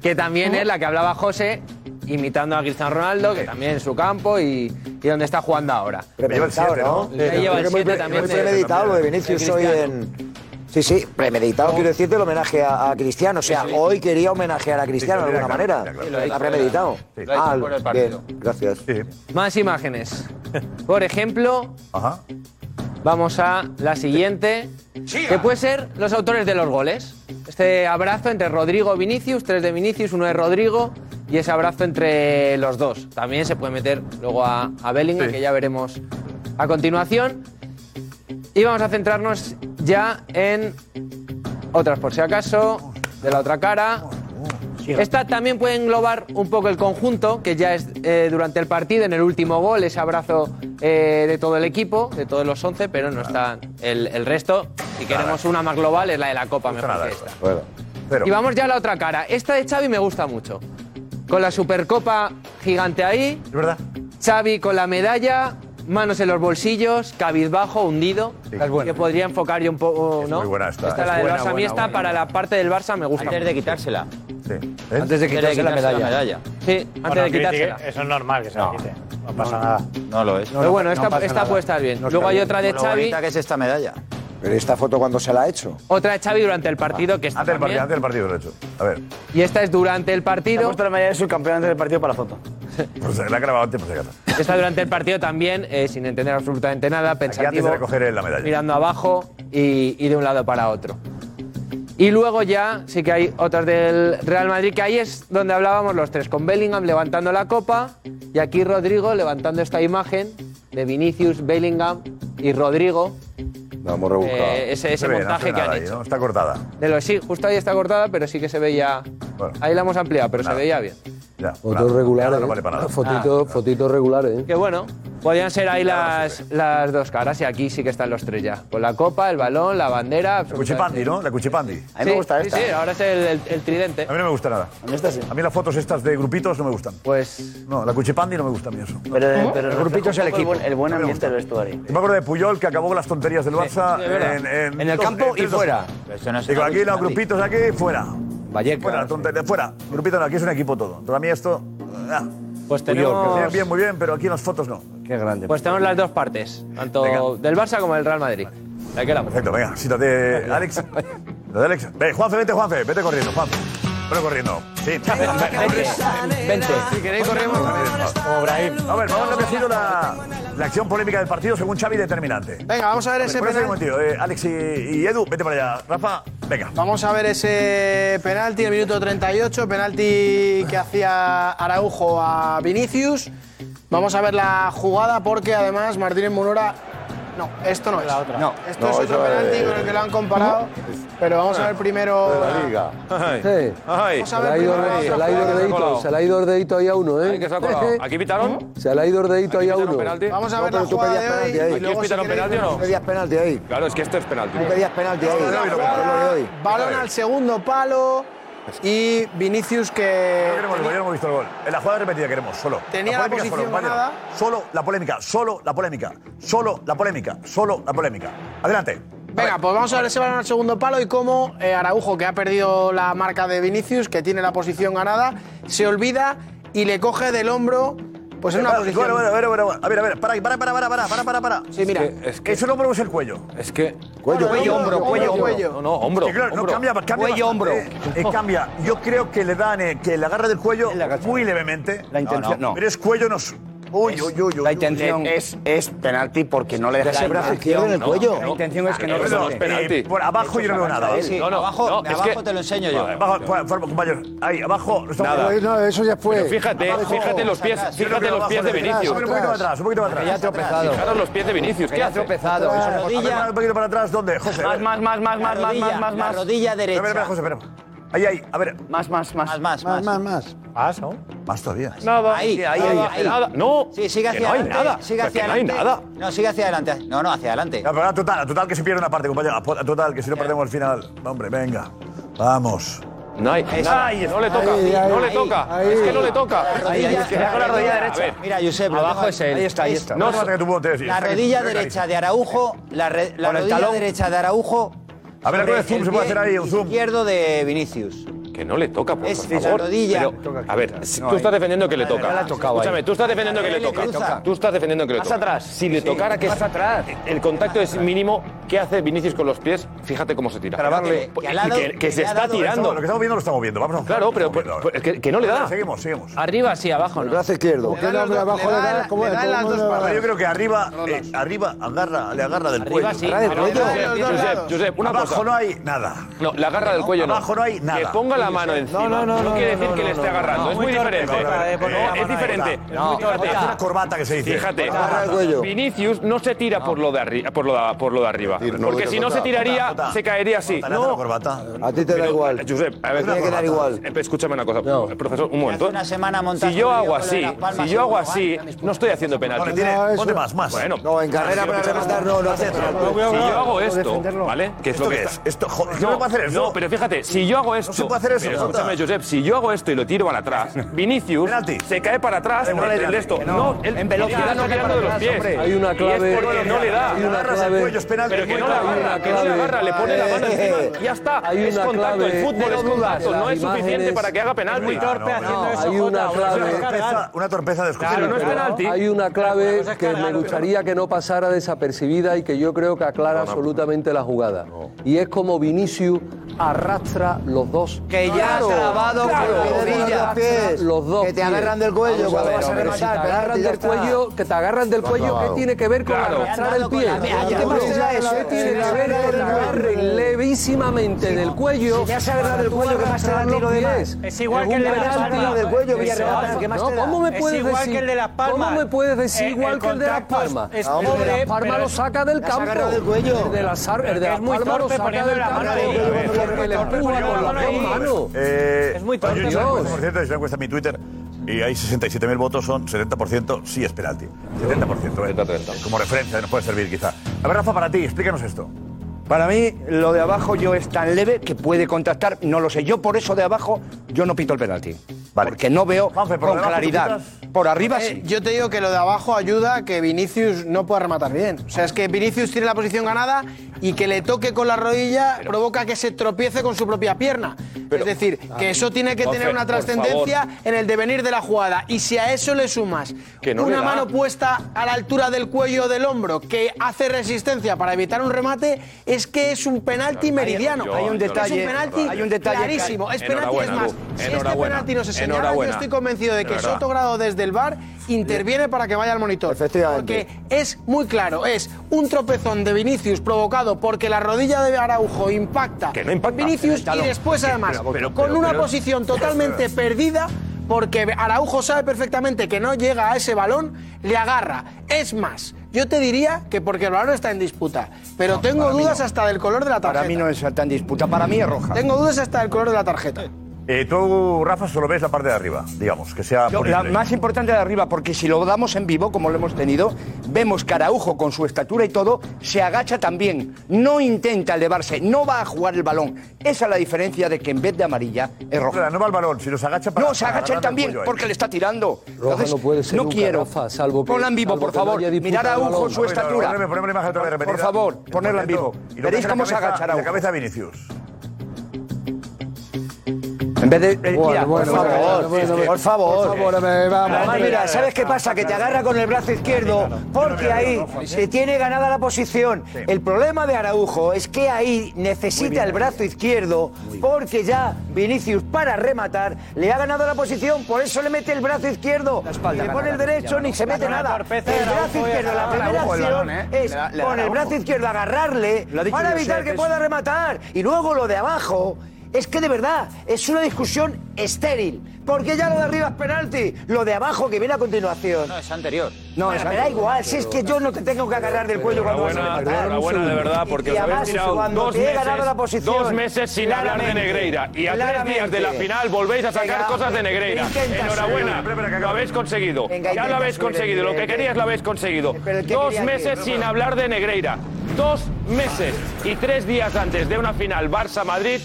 S16: que también es la que hablaba José, imitando a Cristiano Ronaldo, que también en su campo y, y donde está jugando ahora.
S8: Premeditado, ¿no?
S16: Ahí lleva el
S8: Creo que muy
S16: 7
S8: pre-
S16: también.
S8: muy
S16: de-
S8: premeditado lo de Vinicius
S16: de
S8: hoy eh,
S16: Cristiano.
S8: en. Sí, sí, premeditado, quiero decirte el homenaje a, a Cristiano. O sea, hoy quería homenajear a Cristiano
S16: Sí,
S8: de
S16: lo
S8: alguna
S16: tenía claro,
S8: manera.
S16: tenía claro. Sí, lo he hecho,
S8: Está premeditado.
S16: sí. Lo he hecho
S8: Ah,
S16: por el partido.
S8: bien,
S2: eh,
S8: gracias.
S16: Más imágenes. Por ejemplo, vamos a la siguiente, que puede ser los autores de los goles. Este abrazo entre Rodrigo y Vinicius, tres de Vinicius, uno de Rodrigo, y ese abrazo entre los dos. También se puede meter luego a, a Bellingham, que ya veremos a continuación. Y vamos a centrarnos ya en otras, por si acaso, de la otra cara. Esta también puede englobar un poco el conjunto, que ya es eh, durante el partido, en el último gol, ese abrazo eh, de todo el equipo, de todos los 11, pero no está el, el resto. Si queremos una más global, es la de la Copa, mejor que esta.
S8: Bueno.
S16: Y vamos ya a la otra cara. Esta de Xavi me gusta mucho. Con la Supercopa gigante ahí.
S2: Es verdad.
S16: Xavi con la medalla, manos en los bolsillos, cabizbajo, hundido. Que podría enfocar yo un poco, ¿no?
S2: muy buena esta,
S16: Esta
S2: eh.
S16: la del
S2: Buena,
S16: Barça. a mí
S2: buena,
S16: esta
S2: buena.
S16: para la parte del Barça me gusta.
S2: Antes de
S16: quitársela.
S2: Sí.
S12: Antes de quitarse la medalla.
S16: Sí, antes
S7: Bueno,
S16: de
S7: critique-
S16: quitársela.
S7: Eso es normal que se la quite. No pasa nada.
S13: No lo es.
S16: Pero bueno, esta- esta puede estar bien. Luego hay otra de
S13: Lo
S16: Xavi.
S13: bonita que es esta medalla.
S8: Pero esta foto cuando se la ha hecho.
S16: Otra de Xavi durante el partido, que está
S2: Antes del Ah, partido,
S16: también.
S2: antes del partido lo he hecho. A ver,
S16: Y esta es durante el partido.
S6: la medalla de subcampeón antes del partido para la foto.
S2: pues la he grabado antes, pues acaso.
S16: Está durante el partido también, eh, sin entender absolutamente nada, pensativo,
S2: antes de recoger él la medalla.
S16: mirando abajo y, y de un lado para otro. Y luego ya sí que hay otras del Real Madrid, que ahí es donde hablábamos los tres, con Bellingham levantando la copa y aquí Rodrigo levantando esta imagen de Vinicius, Bellingham y Rodrigo.
S2: Vamos
S16: rebuscado. Eh, ese- ese montaje que han hecho.
S2: Está cortada.
S16: De los, sí, justo ahí está cortada, pero sí que se veía... Ahí la hemos ampliado, pero se veía bien.
S17: Fotos regulares.
S2: no vale para nada. Ah.
S17: Fotitos, fotitos regulares. ¿eh?
S16: Que bueno, podían ser ahí las, las dos caras y aquí sí que están los tres ya. Con la copa, el balón, la bandera.
S2: La cuchipandi, ¿no? La cuchipandi.
S16: A mí me Sí, gusta sí, esta. sí, ahora es el- el- el tridente.
S2: A mí no me gusta nada. A mí A mí las fotos estas de grupitos no me gustan.
S16: Pues...
S2: No, la cuchipandi no me gusta a mí eso.
S6: Pero, eh,
S2: ¿Cómo?
S6: pero
S2: el grupito es el
S6: refleja un
S2: equipo.
S6: poco El buen, el buen
S2: No me
S6: ambiente
S2: gusta.
S6: del vestuario.
S2: Yo me acuerdo de Puyol que acabó con las tonterías del Barça
S6: sí, de verdad.
S2: en,
S6: En el campo y
S2: tres, dos.
S6: fuera.
S13: Pero eso no es
S2: Digo,
S13: una
S2: aquí los
S13: Cuchipandi.
S2: grupitos aquí, fuera. Fuera, tontería, fuera. Grupito no, aquí es un equipo todo. Pero a mí esto. ah.
S16: Pues
S2: Puyol,
S16: tenemos-
S2: que bien, bien, muy bien, pero aquí en las fotos no.
S16: Qué grande. Pues tenemos las dos partes, tanto del Barça como del Real Madrid. Ahí quedamos.
S2: Perfecto, venga, sítate, Alex. Lo de Alex. Ve, Juanfe, vete, Juanfe, vete corriendo, Juanfe. Vete corriendo. Sí, sí.
S16: Vente. Si queréis, corremos.
S18: Oh,
S2: Como A ver, vamos a ver qué ha sido la, la acción polémica del partido según Xavi determinante.
S18: Venga, vamos a ver ese
S2: Espera un
S18: penalti.
S2: momentito, eh, Alex y, y Edu, vete para allá. Rafa, venga.
S18: Vamos a ver ese penalti, el minuto 38, penalti que hacía Araujo a Vinicius. Vamos a ver la jugada porque además Martínez Munora. No, esto no es. La otra. Esto
S19: No,
S18: es
S19: eso
S18: otro penalti
S19: es-
S18: con el que lo han comparado. Pero vamos a ver primero.
S19: De la liga.
S17: Sí.
S18: Vamos a
S17: Se le ha
S18: ver
S17: ido,
S18: primero
S17: se
S18: la
S17: le ha
S18: otra
S17: ido
S18: jugada.
S17: ordeito, se le ha ido ordeito ahí a uno, ¿eh?
S18: que se ha colado.
S17: ¿Aquí pitaron? Se le ha ido ordeito ahí a uno.
S18: Vamos a
S17: No,
S18: ver
S17: pero
S18: la
S17: tú
S18: jugada de
S17: pedías
S18: hoy.
S17: penalti ahí.
S18: y luego, si queréis,
S17: no?
S8: pedías penalti ahí.
S20: Claro, es que esto es penalti.
S8: Tú pedías penalti ahí.
S18: Vamos a ver la jugada. Balón al segundo palo y Vinicius que.
S2: Queremos el gol, yo no hemos visto el gol. En la jugada repetida queremos, solo.
S18: Tenía la
S2: polémica
S18: posición
S2: compañero.
S18: ganada.
S2: Solo la polémica, solo la polémica, solo la polémica, solo la polémica. Adelante.
S18: Venga, pues vamos a ver ese balón al segundo palo y cómo eh, Araujo, que ha perdido la marca de Vinicius, que tiene la posición ganada, se olvida y le coge del hombro, pues en una
S2: Bueno,
S18: posición.
S2: bueno, bueno, bueno, bueno. A ver, a ver, para, para, para, para, para, para, para, para.
S18: Sí, mira.
S20: Es que,
S2: Eso no podemos el cuello.
S20: es que.
S2: Cuello,
S20: cuello,
S2: hombro,
S20: cuello,
S2: cuello,
S20: hombro. No, no, hombro.
S2: Sí, claro, no,
S20: hombro.
S2: cambia, cambia
S20: Cuello,
S2: bastante. Eh, eh, cambia. Yo creo que le dan eh, que le agarra del cuello muy levemente. La
S6: intención, no.
S2: Pero es cuello, no es. Uy, uy, uy, uy.
S6: La
S2: uy.
S6: intención es, es penalti porque no le
S2: Ya
S6: deja
S2: se brazo izquierdo en el cuello.
S6: La intención es que no
S2: Pero
S6: le
S2: no, eh, por abajo yo no veo nada.
S8: ¿eh?
S13: Sí, no, no, abajo- no, de es abajo que- te lo enseño yo.
S2: Abajo, por- por- compañeros, ahí, abajo. no estamos-
S21: Pero, No, eso ya fue.
S2: Pero
S20: Fíjate,
S21: Abajo.
S20: fíjate los pies,
S21: Atrás.
S20: fíjate
S21: Yo no creo
S20: los pies de
S21: abajo,
S20: Vinicius.
S2: Un poquito para atrás, un poquito para atrás.
S20: Ya ha tropezado. Fijaros los pies de Vinicius, ¿qué
S13: Ya ha
S20: hace?
S13: tropezado.
S2: Atrás.
S13: Eso rodilla.
S2: A ver, Un poquito para atrás, ¿dónde? José.
S13: Más,
S2: a ver.
S13: más, más, más, La más, más, rodilla, más, más, la más. rodilla derecha.
S2: Espera, espera, José, espera. Ahí, ahí, a ver.
S6: Más, más, más.
S13: Más,
S6: más, más.
S2: Más, ¿no? Más todavía.
S13: Nada. Ahí,
S6: Sí,
S13: ahí, ahí, ahí.
S20: No.
S13: Sí, sigue
S2: Que
S13: hacia
S2: no hay
S13: adelante.
S2: nada.
S13: Sigue
S2: Que
S13: hacia
S2: no hay
S13: adelante.
S2: nada.
S13: No, sigue hacia adelante. No, no, hacia adelante.
S2: No, pero a total, a total que se pierde una parte, compañero. A po- a total que si no perdemos el final. No, Hombre, venga. Vamos.
S20: No hay. Ay, no le toca. no le toca. es que no le toca.
S13: Mira, Josep, lo tengo-
S20: Ahí está, ahí está. No,
S2: que tú puedes decir.
S13: La rodilla derecha de Araujo, la, re- la
S2: Con el
S13: rodilla
S2: talón.
S13: derecha de Araujo.
S2: A ver, algo de
S13: sobre
S2: zoom,
S13: el
S2: se puede
S13: pie
S2: hacer ahí, un zoom.
S13: Izquierdo de Vinicius.
S20: Que no le toca, por
S13: Es
S20: favor.
S13: la rodilla.
S20: Pero, a ver, si
S13: No,
S20: tú
S13: ahí.
S20: estás defendiendo que le
S13: Ya
S20: toca.
S13: la ha tocado ahí.
S20: Escúchame, tú estás defendiendo que le
S13: Le cruza.
S20: toca. Tú estás defendiendo que le
S13: Más
S20: toca.
S13: atrás.
S20: Si le
S13: Sí,
S20: tocara que
S13: más atrás.
S20: El contacto es mínimo. ¿Qué hace Vinicius con los pies? Fíjate cómo se tira.
S13: Trabarle.
S20: Y
S13: Que al lado-
S20: que- que se
S13: que al
S20: está
S13: lado-
S20: tirando.
S2: Lo que estamos viendo lo estamos viendo. Vamos a
S20: Claro, pero pero- es que que no le da.
S2: Seguimos, seguimos.
S16: Arriba sí, abajo no.
S8: Brazo izquierdo.
S16: Le dan los dos- le dan- le dan las dos
S2: Pero
S16: partes.
S2: yo creo que arriba, eh, arriba agarra, le agarra del
S20: Arriba
S2: cuello.
S20: sí.
S2: Agarra del
S20: Arriba
S2: cuello.
S20: de los dos Josep, lados. Josep, una
S2: Abajo
S20: cosa.
S2: no hay nada.
S20: No, la agarra del cuello no.
S2: Abajo no hay nada.
S20: Que ponga la mano encima. No, quiere decir que le esté agarrando. es muy diferente. Eh, es diferente.
S2: Fíjate. Es una corbata que se dice.
S20: Fíjate,
S2: Agarra el cuello.
S20: Vinicius no se tira por, lo de arri- por, lo de, por lo de arriba.
S2: no,
S20: porque
S2: no,
S20: si no
S2: no,
S20: se
S2: no,
S20: tiraría,
S2: no, no,
S20: se caería así.
S2: no, no, no,
S20: No,
S2: corbata.
S8: A ti te da igual.
S20: Josep, a ver,
S8: Te tiene que dar igual.
S20: Eh, Escúchame una cosa, profesor, un momento.
S13: Hace una semana montaste
S20: Si yo
S13: un vídeo
S20: hago
S13: con lo de
S20: así,
S13: Las Palmas
S20: si
S13: y
S20: yo hago
S13: no
S20: así, no estoy haciendo penalti.
S2: Porque tiene-
S20: No, eso-
S2: ponte más, más.
S20: Bueno.
S8: No, en carrera para rematar no, no hace
S20: Si yo hago esto, ¿vale? Que es
S2: ¿Esto
S20: lo que
S2: qué
S20: está-
S2: es? Esto, joder, ¿qué
S20: no,
S2: me puede hacer eso?
S20: No, pero fíjate, si yo hago esto.
S2: se puede hacer eso,
S20: pero
S2: Jota.
S20: escúchame, Josep, si yo hago esto y lo tiro para atrás, Vinicius se cae para atrás
S2: Da igual,
S20: el, el
S2: penalti,
S20: esto.
S2: que no.
S20: No, él-
S2: En velocidad
S20: está
S2: no cae
S20: tirando
S2: para
S20: de los
S2: atrás,
S20: pies.
S2: hombre. Hay una
S20: Y
S2: clave.
S20: es porque no le da.
S2: Hay una
S20: Agarras el
S2: clave.
S20: cuello, es penalti,
S2: Pero
S20: es muy
S2: que no la
S20: clave.
S2: agarra,
S20: que no la
S2: clave.
S20: agarra, le pone la mano
S2: Eh,
S20: encima. Ya está,
S17: hay
S20: es
S17: una
S20: contacto. El
S17: clave,
S20: fútbol
S17: no
S20: es
S17: dudas,
S20: contacto, no
S17: las
S20: es suficiente
S17: imágenes-
S20: para que haga penalti.
S17: Muy torpe haciendo eso,
S20: hay
S17: Jota,
S20: una
S17: una
S20: clave.
S17: clave.
S2: Torpeza- Una torpeza
S17: Sí,
S2: descomunal.
S17: pero Hay una clave que me gustaría que no pasara desapercibida y que yo creo que aclara absolutamente la jugada. Y es como Vinicius arrastra los dos.
S13: Que ya has grabado con la rodilla.
S17: Los dos.
S13: Que te
S17: pies.
S13: agarran del cuello
S17: Vamos
S13: cuando
S17: ver,
S13: vas a
S17: hombre,
S13: rematar,
S17: Si te agarran
S13: penalti, ya
S17: del
S13: está.
S17: cuello, que te agarran del
S13: Lo has
S17: cuello, ¿qué
S13: clavado.
S17: tiene que ver con
S13: Claro.
S17: arrastrar el pie?
S13: Mira, ¿qué más te da eso?
S17: ¿Qué tiene
S13: Si
S17: que
S13: te
S17: ver
S13: agarran
S17: con
S13: del
S17: agarre
S13: cuello.
S17: levísimamente del cuello?
S13: eh, si ya se agarra del cuello, ¿qué más te da a ti lo demás?
S17: Es
S13: igual que el de las palmas. Exacto.
S17: no, ¿cómo me puedes decir? ¿Cómo me puedes decir igual que Eh, el de las palmas?
S13: No,
S17: el de
S13: hombre,
S17: las palmas
S13: pero
S17: lo
S13: es-
S17: saca del
S13: le has
S17: campo.
S13: agarrado del cuello.
S17: El de las ar- el de
S13: Es
S17: las
S13: muy
S17: palmas lo
S13: torpe
S17: saca
S13: poniendo
S17: del
S13: la mano
S17: campo.
S13: ahí.
S17: Porque le empuja con las dos manos.
S2: Eh,
S17: Es muy
S2: oye,
S17: torpe.
S2: Eh, yo hice una encuesta, por cierto, hice una encuesta en mi Twitter y hay 67.000 votos, son 70%, sí es penalti. 70%, ¿eh? Como referencia, nos puede servir quizá. A ver, Rafa, para ti, explícanos esto.
S8: Para mí, lo de abajo yo es tan leve que puede contactar, no lo sé. Yo por eso de abajo yo no pinto el penalti. Porque no veo
S18: por
S8: con
S18: debajo tú
S8: claridad. Por arriba sí.
S18: Eh, Yo te digo que lo de abajo ayuda a que Vinicius no pueda rematar bien. O sea, es que Vinicius tiene la posición ganada y que le toque con la rodilla provoca que se tropiece con su propia pierna. es decir,
S8: ah,
S18: que eso tiene que tener
S20: Juanfe,
S18: una
S20: por
S18: trascendencia
S20: favor.
S18: en el devenir de la jugada. Y si a eso le sumas
S20: Que no le
S18: una
S20: da.
S18: mano puesta a la altura del cuello o del hombro que hace resistencia para evitar un remate, es que es un
S8: Claro,
S18: penalti
S8: hay-
S18: meridiano.
S8: yo- hay un detalle-
S18: Es un penalti
S8: hay un detalle-
S18: clarísimo. Es penalti, es
S8: Enhorabuena,
S18: más.
S8: Lu.
S18: Si este
S8: Enhorabuena.
S18: penalti no se señala, yo
S8: Enhorabuena.
S18: estoy convencido de que
S8: De verdad.
S18: Soto Grado desde el bar interviene para que vaya al monitor. Porque es muy claro, es un tropezón de Vinicius provocado porque la rodilla de Araujo impacta,
S8: Que no impacta.
S18: Vinicius
S8: Dalo.
S18: y después
S8: Sí,
S18: además
S8: pero- pero-
S18: con
S8: pero-
S18: una
S8: pero-
S18: posición totalmente perdida porque Araujo sabe perfectamente que no llega a ese balón, le agarra. Es más, yo te diría que porque el balón está en disputa, pero tengo dudas hasta del color de la tarjeta.
S8: Para mí no es tan disputa, para mí es roja.
S18: Tengo dudas hasta del color de la tarjeta.
S2: Eh, tú, Rafa, solo ves la parte de arriba, digamos, que sea
S8: Yo, la
S2: punible.
S8: más importante de arriba, porque si lo damos en vivo, como lo hemos tenido, vemos que Araujo, con su estatura y todo, se agacha también. No intenta elevarse, no va a jugar el balón. Esa es la diferencia de que en vez de amarilla es roja.
S2: No va el balón, si nos agacha
S8: No, se agacha él también, porque le está tirando. Entonces,
S17: no puede ser
S8: no
S17: nunca,
S8: quiero.
S17: Rafa, salvo que-
S8: Ponla en vivo,
S17: salvo
S8: por
S17: que no
S8: favor.
S17: haya disputa
S8: Mirar a
S17: de
S8: Araujo
S17: balón.
S8: su estatura.
S2: Poneme, poneme la imagen otra vez
S8: Por- Por
S2: repetida.
S8: favor, ponerla en vivo.
S2: Y lo que
S8: Veréis
S2: hace la
S8: cómo se
S2: cabeza-
S8: agacha Araujo.
S2: La cabeza de Vinicius.
S8: En vez de. eh, mira,
S22: bueno,
S8: por,
S22: bueno,
S8: favor,
S22: bueno, bueno.
S8: por favor,
S22: Por favor, eh, vamos.
S8: Además, mira, ¿sabes qué pasa? Que te agarra con el brazo izquierdo porque ahí
S18: ¿eh?
S8: se tiene ganada la posición. El problema de Araujo es que ahí necesita el brazo izquierdo porque ya Vinicius para rematar le ha ganado la posición, por eso le mete el brazo izquierdo. Ni le
S18: gana,
S8: pone el
S18: gana,
S8: derecho
S18: ya,
S8: ni se
S18: gana.
S8: mete
S18: Una
S8: nada. El
S18: torpeza de
S8: brazo
S18: Araujo y
S8: izquierdo, la
S18: acaba
S8: primera
S18: Araujo el
S8: acción
S18: balón, ¿eh?
S8: es
S18: Le da- le da
S8: con el
S18: Araujo.
S8: brazo izquierdo agarrarle
S18: Lo ha dicho
S8: para
S18: Josep,
S8: evitar que
S18: es-
S8: pueda rematar. Y luego lo de abajo es que de verdad es una discusión estéril. Porque ya lo de arriba es penalti, lo de abajo que viene a continuación. No, es anterior. No, me da igual, si es que yo no te tengo que agarrar del cuello cuando vas a
S20: Enhorabuena,
S8: rematar.
S20: enhorabuena de verdad,
S8: Y-
S20: porque
S8: y
S20: os habéis
S8: además,
S20: tirado
S8: cuando
S20: dos
S8: te he
S20: meses,
S8: ganado la posición,
S20: dos meses sin hablar de
S8: claramente,
S20: Negreira. Y a tres días de la
S8: claramente.
S20: final volvéis a sacar
S8: Venga,
S20: cosas de Negreira.
S8: intenta
S20: Enhorabuena,
S8: subir. Espera, espera, que
S20: lo habéis conseguido.
S8: Venga,
S20: ya lo
S8: intenta
S20: habéis
S8: subir el
S20: conseguido, lo que
S8: nivel.
S20: querías lo habéis conseguido.
S8: Pero el que
S20: Dos
S8: quería
S20: meses
S8: que-
S20: sin hablar de Negreira. Dos meses y tres días antes de una final Barça-Madrid.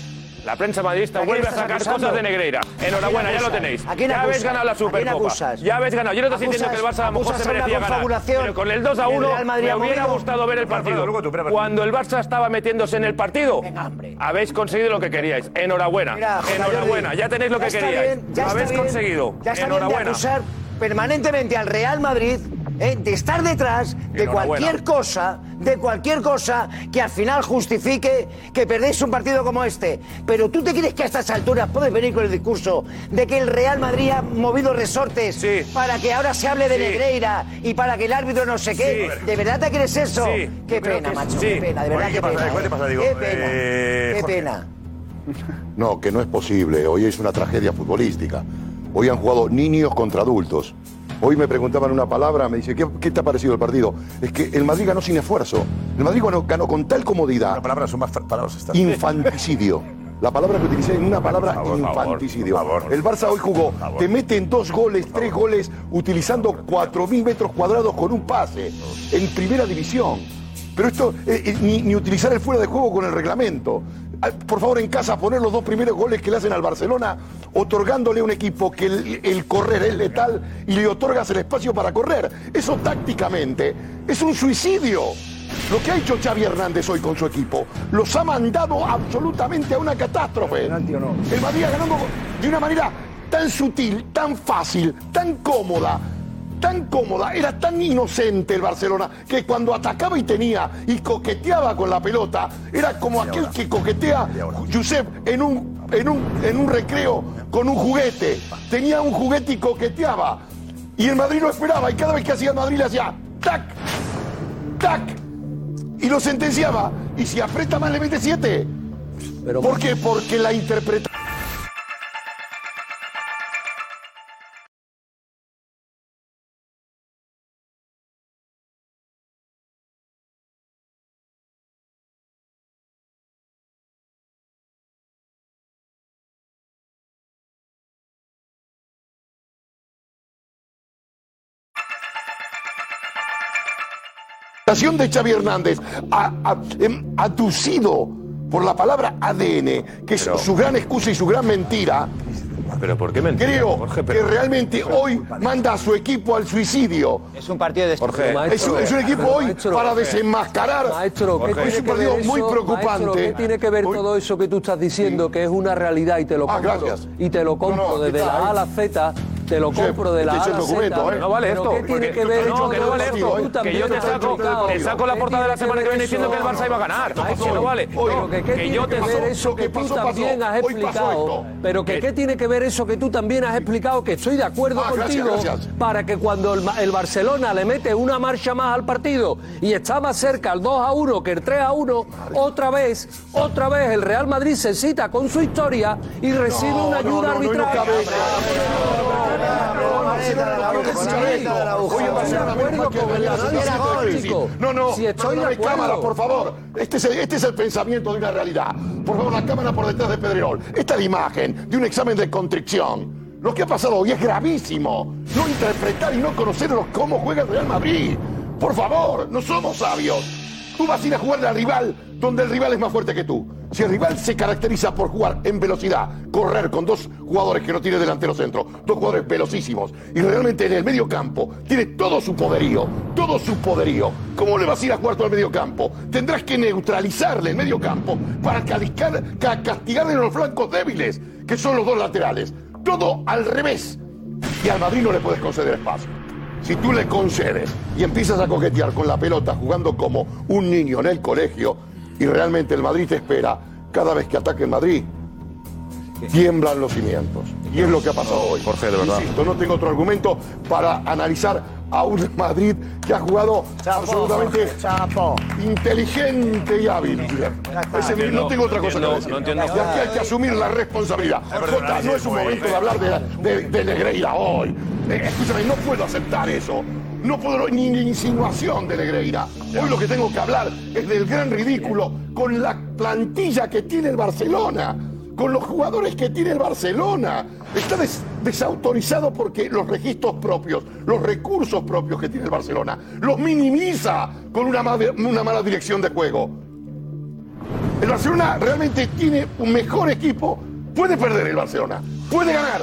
S20: La prensa madridista
S8: ¿A quién
S20: vuelve a
S8: estás
S20: sacar
S8: acusando?
S20: cosas de Negreira.
S8: ¿A quién
S20: Enhorabuena, ya lo
S8: acusas?
S20: tenéis.
S8: ¿A quién
S20: Ya habéis
S8: acusas?
S20: ganado la
S8: ¿A quién
S20: Supercopa.
S8: acusas?
S20: Ya habéis ganado. Yo no te estoy diciendo que el
S8: Acusas-
S20: Barça a lo mejor
S8: acusas
S20: se
S8: a una
S20: merecía ganar.
S8: confabulación
S20: Pero con el 2 a 1
S8: del Real Madrid
S20: me
S8: a
S20: hubiera
S8: Mourinho.
S20: gustado ver el partido. Cuando el Barça estaba metiéndose en el partido, habéis conseguido lo que queríais. Enhorabuena.
S8: Mira, José
S20: Enhorabuena.
S8: Jordi,
S20: Ya tenéis lo que
S8: está
S20: queríais.
S8: bien, ya
S20: Lo
S8: está
S20: habéis
S8: bien,
S20: conseguido.
S8: Ya está bien de
S20: Enhorabuena.
S8: acusar permanentemente al Real Madrid eh, de estar detrás de
S20: Enhorabuena.
S8: cualquier cosa, de cualquier cosa que al final justifique que perdéis un partido como este. Pero tú te crees que a estas alturas puedes venir con el discurso de que el Real Madrid ha movido resortes para que ahora se hable de
S20: Sí.
S8: Negreira y para que el árbitro no sé qué.
S20: Sí.
S8: ¿De verdad te crees eso?
S20: Sí.
S8: Qué
S20: Yo creo
S8: pena,
S20: que
S8: macho,
S20: sí.
S8: qué pena, de verdad
S2: Oye,
S8: qué
S2: ¿qué pasa?
S8: pena.
S2: ¿Cuál te pasa? Digo,
S8: qué pena,
S2: eh,
S8: qué
S2: Jorge.
S8: pena.
S23: No, que no es posible. Hoy es una tragedia futbolística. Hoy han jugado niños contra adultos. Hoy me preguntaban una palabra, me dice, ¿qué, qué te ha parecido el partido? Es que el Madrid ganó sin esfuerzo. El Madrid ganó, ganó con tal comodidad.
S2: palabras son más palabras
S23: Infanticidio. La palabra que utilicé es una palabra infanticidio. el Barça hoy jugó, te meten dos goles, tres goles, utilizando 4.000 metros cuadrados con un pase en primera división. Pero esto, eh, eh, ni, ni utilizar el fuera de juego con el reglamento. Ah, Por favor, en casa, poner los dos primeros goles que le hacen al Barcelona, otorgándole a un equipo que el, el correr es letal y le otorgas el espacio para correr. Eso tácticamente es un suicidio. Lo que ha hecho Xavi Hernández hoy con su equipo los ha mandado absolutamente a una catástrofe. El Madrid ha ganado de una manera tan sutil, tan fácil, tan cómoda, tan cómoda. Era tan inocente el Barcelona que cuando atacaba y tenía y coqueteaba con la pelota, era como aquel que coquetea Josep en un, en un, en un recreo con un juguete. Tenía un juguete y coqueteaba. Y el Madrid lo esperaba y cada vez que hacía el Madrid le hacía ¡tac! ¡tac! y lo sentenciaba. Y si aprieta más le mete 7. ¿Por qué? Porque la interpretación. presentación de Xavi Hernández, a- a- em, aducido por la palabra ADN, que es su gran excusa y su gran mentira,
S14: Pero ¿por qué mentira?
S23: creo
S14: Jorge,
S23: que
S14: pero-
S23: realmente hoy manda a su equipo al suicidio.
S13: Es un partido de
S14: Jorge,
S23: es, un, es un equipo hoy
S17: Maestro,
S23: para
S17: Jorge.
S23: desenmascarar.
S17: Maestro, ¿qué
S23: es
S17: tiene
S23: un
S17: que ver
S23: partido muy
S17: eso?
S23: preocupante.
S17: Maestro, ¿Qué tiene que ver
S23: Hoy-
S17: todo eso que tú estás diciendo, que es una realidad y te lo
S23: Ah,
S17: compro?
S23: gracias.
S17: Y te lo compro
S23: No, no,
S17: desde
S23: está
S17: la A a
S14: eh.
S23: ahí.
S17: la Z, te lo
S23: Josep,
S17: compro de la
S20: Ah,
S23: este
S17: A a
S23: es
S17: la
S23: el documento,
S17: Z.
S23: ¿eh? No vale
S17: Pero
S14: esto,
S17: ¿Qué
S14: porque-
S17: tiene que ver
S14: no,
S17: eso
S14: que no
S17: con
S14: vale
S17: esto?
S14: esto, eh.
S17: Tú
S14: que
S17: también
S14: yo te
S17: lo has
S14: saco-
S17: criticado.
S14: te saco la
S17: ¿Qué
S14: portada de la
S17: tiene
S14: semana que viene
S17: ver
S14: diciendo que el
S17: eso?
S14: Barça iba a ganar?
S17: Maestro,
S14: Eso no vale.
S17: pero
S14: Hoy-
S17: que ¿Qué
S14: que
S17: tiene
S14: yo
S17: que
S14: te-
S17: ver eso
S14: Lo
S17: que
S14: que
S17: tú
S14: pasó,
S17: también
S14: pasó.
S17: has
S14: Hoy pasó
S17: explicado?
S14: esto.
S17: Pero que ¿qué tiene que ver eso que tú también has explicado? Que estoy de acuerdo
S23: Ah, gracias,
S17: contigo
S23: gracias.
S17: para que cuando el, Ma- el Barcelona le mete una marcha más al partido y está más cerca al 2 a 1 que el 3 a 1, otra vez, otra vez el Real Madrid se cita con su historia y recibe una ayuda arbitral.
S23: Hoy en Barcelona menos mal que Adrián Sánchez
S17: análisis
S23: está
S17: del
S23: difícil.
S17: chico.
S23: No, no,
S17: Si estoy
S23: mándame
S17: de acuerdo.
S23: cámara, por favor. Este es, el, este es el pensamiento de una realidad. Por favor, la cámara por detrás de Pedrerol. Esta es la imagen de un examen de constricción. Lo que ha pasado hoy es gravísimo. No interpretar y no conocer los- cómo juega el Real Madrid. Por favor, no somos sabios. Tú vas a ir a jugar al rival donde el rival es más fuerte que tú. Si el rival se caracteriza por jugar en velocidad, correr con dos jugadores que no tiene delantero centro, dos jugadores velocísimos, y realmente en el medio campo tiene todo su poderío, todo su poderío, ¿cómo le vas a ir a jugar tú al medio campo? Tendrás que neutralizarle el medio campo para calicar- ca- castigarle en los flancos débiles, que son los dos laterales. Todo al revés. Y al Madrid no le puedes conceder espacio. Si tú le concedes y empiezas a coquetear con la pelota jugando como un niño en el colegio y realmente el Madrid te espera, cada vez que ataque el Madrid, tiemblan los cimientos. Y es lo que ha pasado hoy.
S14: Jorge, de verdad.
S23: Insisto, no tengo otro argumento para analizar a un Madrid que ha jugado absolutamente inteligente y hábil. Ese-
S14: Ah, Entiendo,
S23: no tengo otra
S14: no
S23: cosa
S14: entiendo,
S23: que decir.
S14: no entiendo.
S23: Y aquí hay que asumir la responsabilidad. Jota, no es un momento de hablar de, la- de- de Negreira hoy. Eh, escúchame, no puedo aceptar eso.
S14: Eh,
S23: No puedo ni, ni insinuación de Negreira. Hoy lo que tengo que hablar es del gran ridículo con la plantilla que tiene el Barcelona. Con los jugadores que tiene el Barcelona. Está des- desautorizado porque los registros propios, los recursos propios que tiene el Barcelona, los minimiza con una ma- una mala dirección de juego. El Barcelona realmente tiene un mejor equipo. Puede perder el Barcelona, puede ganar,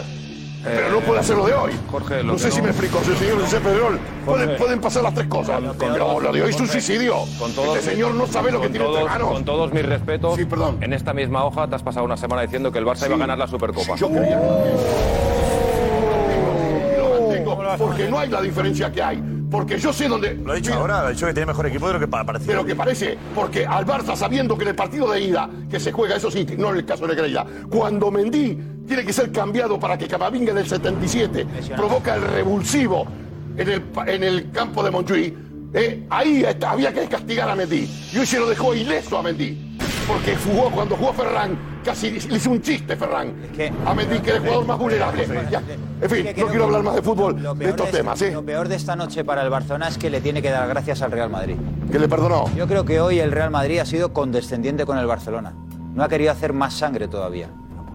S23: pero no puede hacerlo de hoy.
S14: Jorge, lo
S23: no
S14: que
S23: sé si me explico, si el señor José Pedrol. Pueden,
S14: Jorge.
S23: pueden pasar las tres cosas. Pero lo de hoy es un
S14: Jorge,
S23: suicidio.
S14: Con todos
S23: este
S14: mis-
S23: señor no sabe lo que
S14: con
S23: tiene entre
S14: todos-
S23: manos.
S14: Con todos mis respetos, en esta misma hoja te has pasado una semana diciendo que el Barça iba a ganar la Supercopa.
S23: Yo creía que lo mantengo, porque no hay la diferencia que hay. Porque yo sé dónde. Lo ha dicho ahora,
S2: ha dicho que tiene mejor equipo de lo que parece.
S23: De lo que parece, porque al Barça, sabiendo que en el partido de ida, que se juega, eso sí, no en el caso de Negreira, cuando Mendy tiene que ser cambiado para que Camavinga en el 77 provoca el revulsivo en el, pa- en el campo de Montjuic, eh, ahí está- había que castigar a Mendy. Y hoy se lo dejó ileso a Mendy. Porque jugó, cuando jugó Ferran, casi le hizo un chiste Ferran. A Mendy, que es el jugador más vulnerable. Ya. En fin, no quiero hablar más de fútbol, de estos temas, ¿eh?
S13: Lo peor de esta noche para el Barcelona es que le tiene que dar gracias al Real Madrid.
S23: Que le perdonó.
S13: Yo creo que hoy el Real Madrid ha sido condescendiente con el Barcelona. No ha querido hacer más sangre todavía.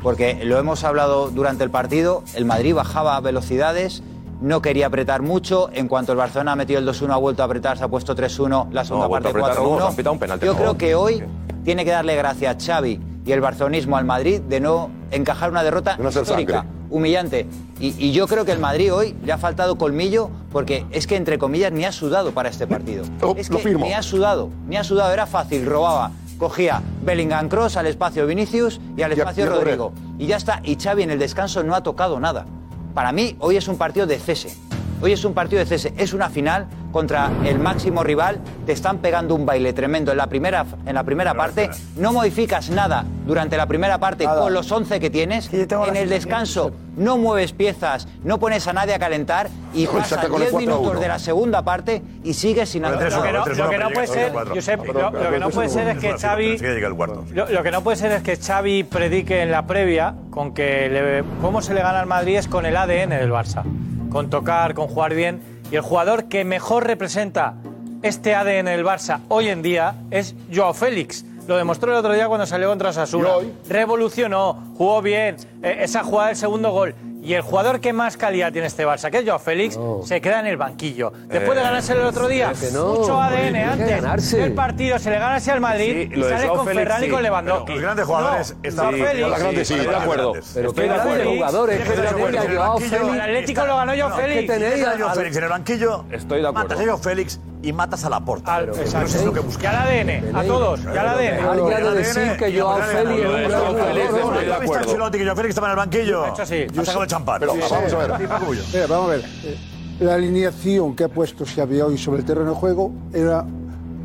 S13: Porque lo hemos hablado durante el partido, el Madrid bajaba a velocidades, no quería apretar mucho. En cuanto el Barcelona ha metido el 2-1, ha vuelto a apretar, se ha puesto 3-1, la segunda
S14: ha vuelto
S13: parte
S14: a apretar, no, se han
S13: 4-1.
S14: pitado un penalti,
S13: Yo
S14: no.
S13: creo que hoy tiene que darle gracias a Xavi y el barcelonismo al Madrid de no encajar una derrota
S23: hacer
S13: histórica,
S23: sangre.
S13: humillante. Y, y yo creo que el Madrid hoy le ha faltado colmillo porque es que, entre comillas, ni ha sudado para este partido. es
S23: Oh, lo
S13: que
S23: firmo.
S13: Ni ha sudado, ni ha sudado, era fácil, robaba. Cogía Bellingham Cross al espacio Vinicius y al espacio
S23: ya Torre.
S13: Rodrigo. Y ya está, y Xavi en el descanso no ha tocado nada. Para mí, hoy es un partido de cese. Hoy es un partido de cese, es una final contra el máximo rival, te están pegando un baile tremendo en la primera, en la primera parte, no modificas nada durante la primera parte con los 11 que tienes, en
S15: la
S13: el descanso no mueves piezas, no pones a nadie a calentar y
S15: Joder, saca
S13: pasan
S15: con el
S13: 10 minutos
S15: 4-1.
S13: de la segunda parte y sigues sin
S7: Lo que no- lo que no puede ser, Josep, lo- lo que no puede ser es que Xavi
S2: que llega el cuarto.
S7: Lo, lo que no puede ser es que Xavi predique en la previa con que le- cómo se le gana al Madrid es con el ADN del Barça, con tocar, con jugar bien. Y el jugador que mejor representa este ADN del Barça hoy en día es Joao Félix. Lo demostró el otro día cuando salió contra Sasuna. Revolucionó, jugó bien, eh, esa jugada del segundo gol. Y el jugador que más calidad tiene este Barça, que es Joao Félix, se queda en el banquillo. Después de
S17: Oh. Eh,
S7: ganarse el otro día,
S17: es que no,
S7: mucho
S17: hay
S7: ADN
S17: que
S7: antes
S17: ganarse.
S7: del partido, se le gana hacia el Madrid,
S17: Sí, lo de
S7: sale
S17: Joao
S7: con
S17: Félix,
S7: Ferran y
S17: sí,
S7: con Lewandowski.
S17: pero los grandes jugadores
S7: Joao
S17: estaban- Sí,
S7: Félix.
S17: los grandes sí,
S7: Para
S17: de
S7: los
S17: acuerdo.
S7: grandes.
S17: Pero
S7: Estoy
S17: qué
S7: de
S17: grandes
S7: acuerdo.
S17: jugadores,
S7: Tienes
S17: qué
S7: que tener
S17: grandes
S7: en el
S17: Joao
S7: banquillo.
S17: Félix.
S7: El Atlético lo ganó Joao
S17: No,
S7: Félix.
S17: ¿qué tenéis?
S7: Tienes a Joao
S17: Al-
S7: Félix
S2: En el banquillo estoy
S17: de acuerdo.
S2: matas a Joao Félix y matas a la porta.
S7: Al-
S2: No sé si es lo que buscas.
S7: Ya la ADN, a todos, ya la ADN.
S2: Alguien ha de
S17: decir que
S2: Joao
S17: Félix es un gran jugador.
S2: ¿Tú has visto a Ancelotti que Joao Félix estaba en el banquillo? hecho así. Ha sacado el champán.
S23: Pero, vamos a ver.
S1: Mira, vamos a ver. Eh, La alineación que ha puesto Xavi hoy sobre el terreno de juego era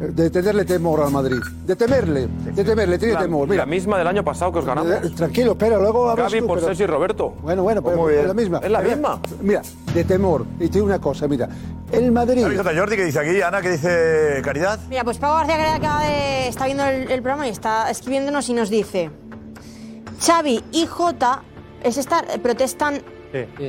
S1: eh, de tenerle temor al Madrid. De temerle, de temerle, tiene
S14: La-
S1: temor. Mira,
S14: La misma del año pasado que os ganamos.
S1: Eh, Tranquilo, espera, luego hablas
S14: Gaby
S1: tú,
S14: por
S1: pero-
S14: Sergio y Roberto.
S1: Bueno, bueno,
S2: Pues
S1: pero
S14: Muy
S1: es
S14: bien.
S1: la misma.
S14: Es la
S1: Mira,
S14: misma.
S1: Mira, de temor. Y te digo una cosa, mira. El Madrid...
S2: ¿Has visto a Jordi que dice aquí? Ana que dice Caridad.
S3: Mira, pues Pablo García Greda acaba de, está viendo el, el programa y está escribiéndonos y nos dice: Xavi y Jota es estar, protestan.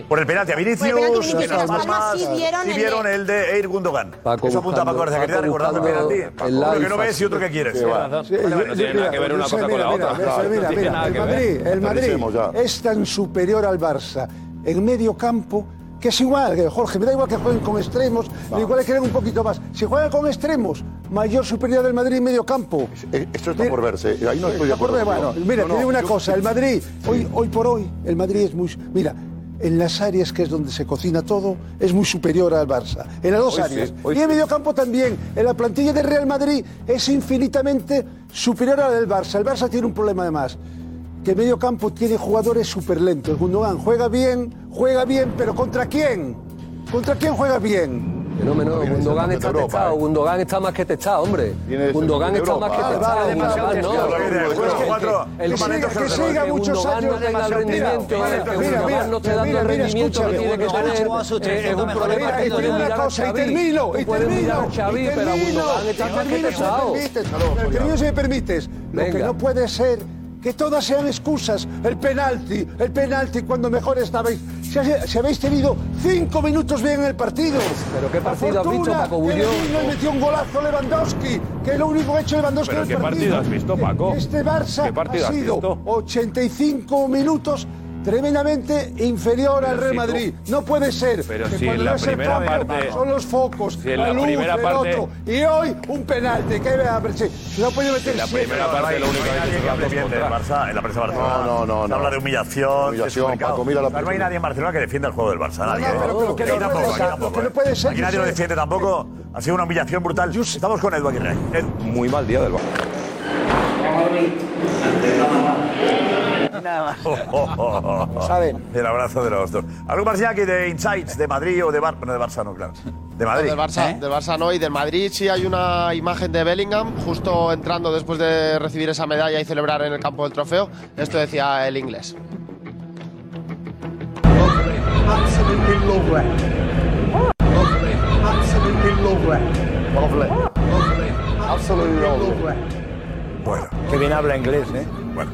S2: Por el penalti a
S3: Por el
S2: Vinicius.
S3: penalti a Vinicius,
S2: en
S3: pero
S2: las
S3: Palmas
S2: palmas,
S3: sí vieron
S2: sí
S3: el
S2: vieron
S3: de-
S2: el de Eir Gundogan.
S17: Paco
S2: Eso apunta
S17: buscando-
S2: Paco García Caridad
S17: Paco
S2: recordando el
S17: buscando
S2: penalti.
S17: el
S2: Uno que
S17: like
S2: no ves y otro que quieres.
S23: Sí, va.
S2: Vale,
S23: Sí,
S2: vale,
S23: yo- yo-
S14: ver una
S1: Eso,
S14: cosa con
S1: mira,
S14: la otra.
S1: mira, eso,
S14: No
S1: mira,
S14: tiene
S1: mira,
S14: nada
S1: el
S14: que ver.
S1: Madrid, el Madrid
S23: Analicemos ya.
S1: es tan superior al Barça en medio campo que es igual, que, Jorge, me da igual que jueguen con extremos, me igual que jueguen un poquito más. Si juegan con extremos, mayor superioridad del Madrid en medio campo.
S23: Eh, Esto está por verse. Ahí no estoy de
S1: Está por
S23: acuerdo.
S1: debajo.
S23: contigo.
S1: mira,
S23: No,
S1: te
S23: no,
S1: digo una
S23: yo-
S1: cosa, el Madrid, hoy, hoy por hoy, el Madrid es muy... Mira, en las áreas que es donde se cocina todo, es muy superior al Barça. En las dos
S23: Hoy sí,
S1: áreas.
S23: hoy
S1: y en
S23: sí.
S1: medio campo también. En la plantilla del Real Madrid es infinitamente superior a la del Barça. El Barça tiene un problema además. Que el medio campo tiene jugadores súper lentos. Gundogan juega bien, juega bien, pero ¿contra quién? ¿Contra quién juega bien?
S17: Fenómeno, Gundogan está testado, Gundogan está más que testado, hombre. Gundogan está más que testado, Gundogan no.
S1: Que siga- que siga muchos años.
S17: no tenga el rendimiento, que Gundogan no te dando el rendimiento que tiene que tener, es un problema que puede mirar a Xavi. Tú puedes mirar a Xavi, pero a Gundogan está más que testado.
S1: Querido, si me permites, lo que
S17: Venga.
S1: no puede ser que todas sean excusas. El penalti, el penalti, cuando mejor estabais. Si, ha- si habéis tenido cinco minutos bien en el partido. Pero qué
S17: partido has visto, Paco Bullió?
S1: metió un golazo Lewandowski, que es lo único que ha hecho Lewandowski
S14: ¿Pero
S1: en el
S14: qué partido has visto, Paco?
S1: Este Barça
S14: ¿Qué partido
S1: ha
S14: has
S1: sido
S14: visto?
S1: 85 minutos tremendamente inferior al
S14: si
S1: Real
S14: tú-
S1: Madrid. No puede ser
S14: Pero
S1: que
S14: si
S1: cuando
S14: en la
S1: no es el
S14: primera
S1: propio,
S14: parte-
S1: son los focos,
S14: si en
S1: la,
S14: la
S1: luz,
S14: primera
S1: el
S14: parte-
S1: otro. Y hoy un penalti que a ver, sí, se lo puede meter
S14: En la
S1: siete.
S14: primera parte lo único que hay es que hables
S2: defiende el Barça, en la prensa de Barcelona.
S23: No, no, no,
S2: Se
S23: no.
S2: habla de humillación.
S23: Humillación,
S2: de supermercado.
S23: Paco, mira la
S2: O sea, no hay
S23: película.
S2: nadie en Barcelona que defienda el juego del Barça. Nadie.
S1: no, pero- pero que
S2: Aquí
S1: no
S2: tampoco,
S1: puede
S2: aquí
S1: ser,
S2: tampoco,
S1: que no
S2: eh.
S1: puede ser,
S2: Aquí nadie lo
S1: Josep.
S2: defiende tampoco. Ha sido una humillación brutal. Estamos con Edu Aguirre.
S14: Muy mal día del Barça.
S2: Nada más. saben. El abrazo de los dos. ¿Algo más ya aquí de Insights de Madrid o de Barça? No, de Barça no, claro. De Madrid.
S24: Del Barça,
S2: ¿Eh?
S24: del Barça no y del Madrid sí hay una imagen de Bellingham justo entrando después de recibir esa medalla y celebrar en el campo del trofeo. Esto decía el inglés.
S25: Absolutely lovely. Lovely. Absolutely lovely. Lovely. Lovely. Absolutely lovely.
S8: Que bien habla inglés, ¿eh?
S2: Bueno.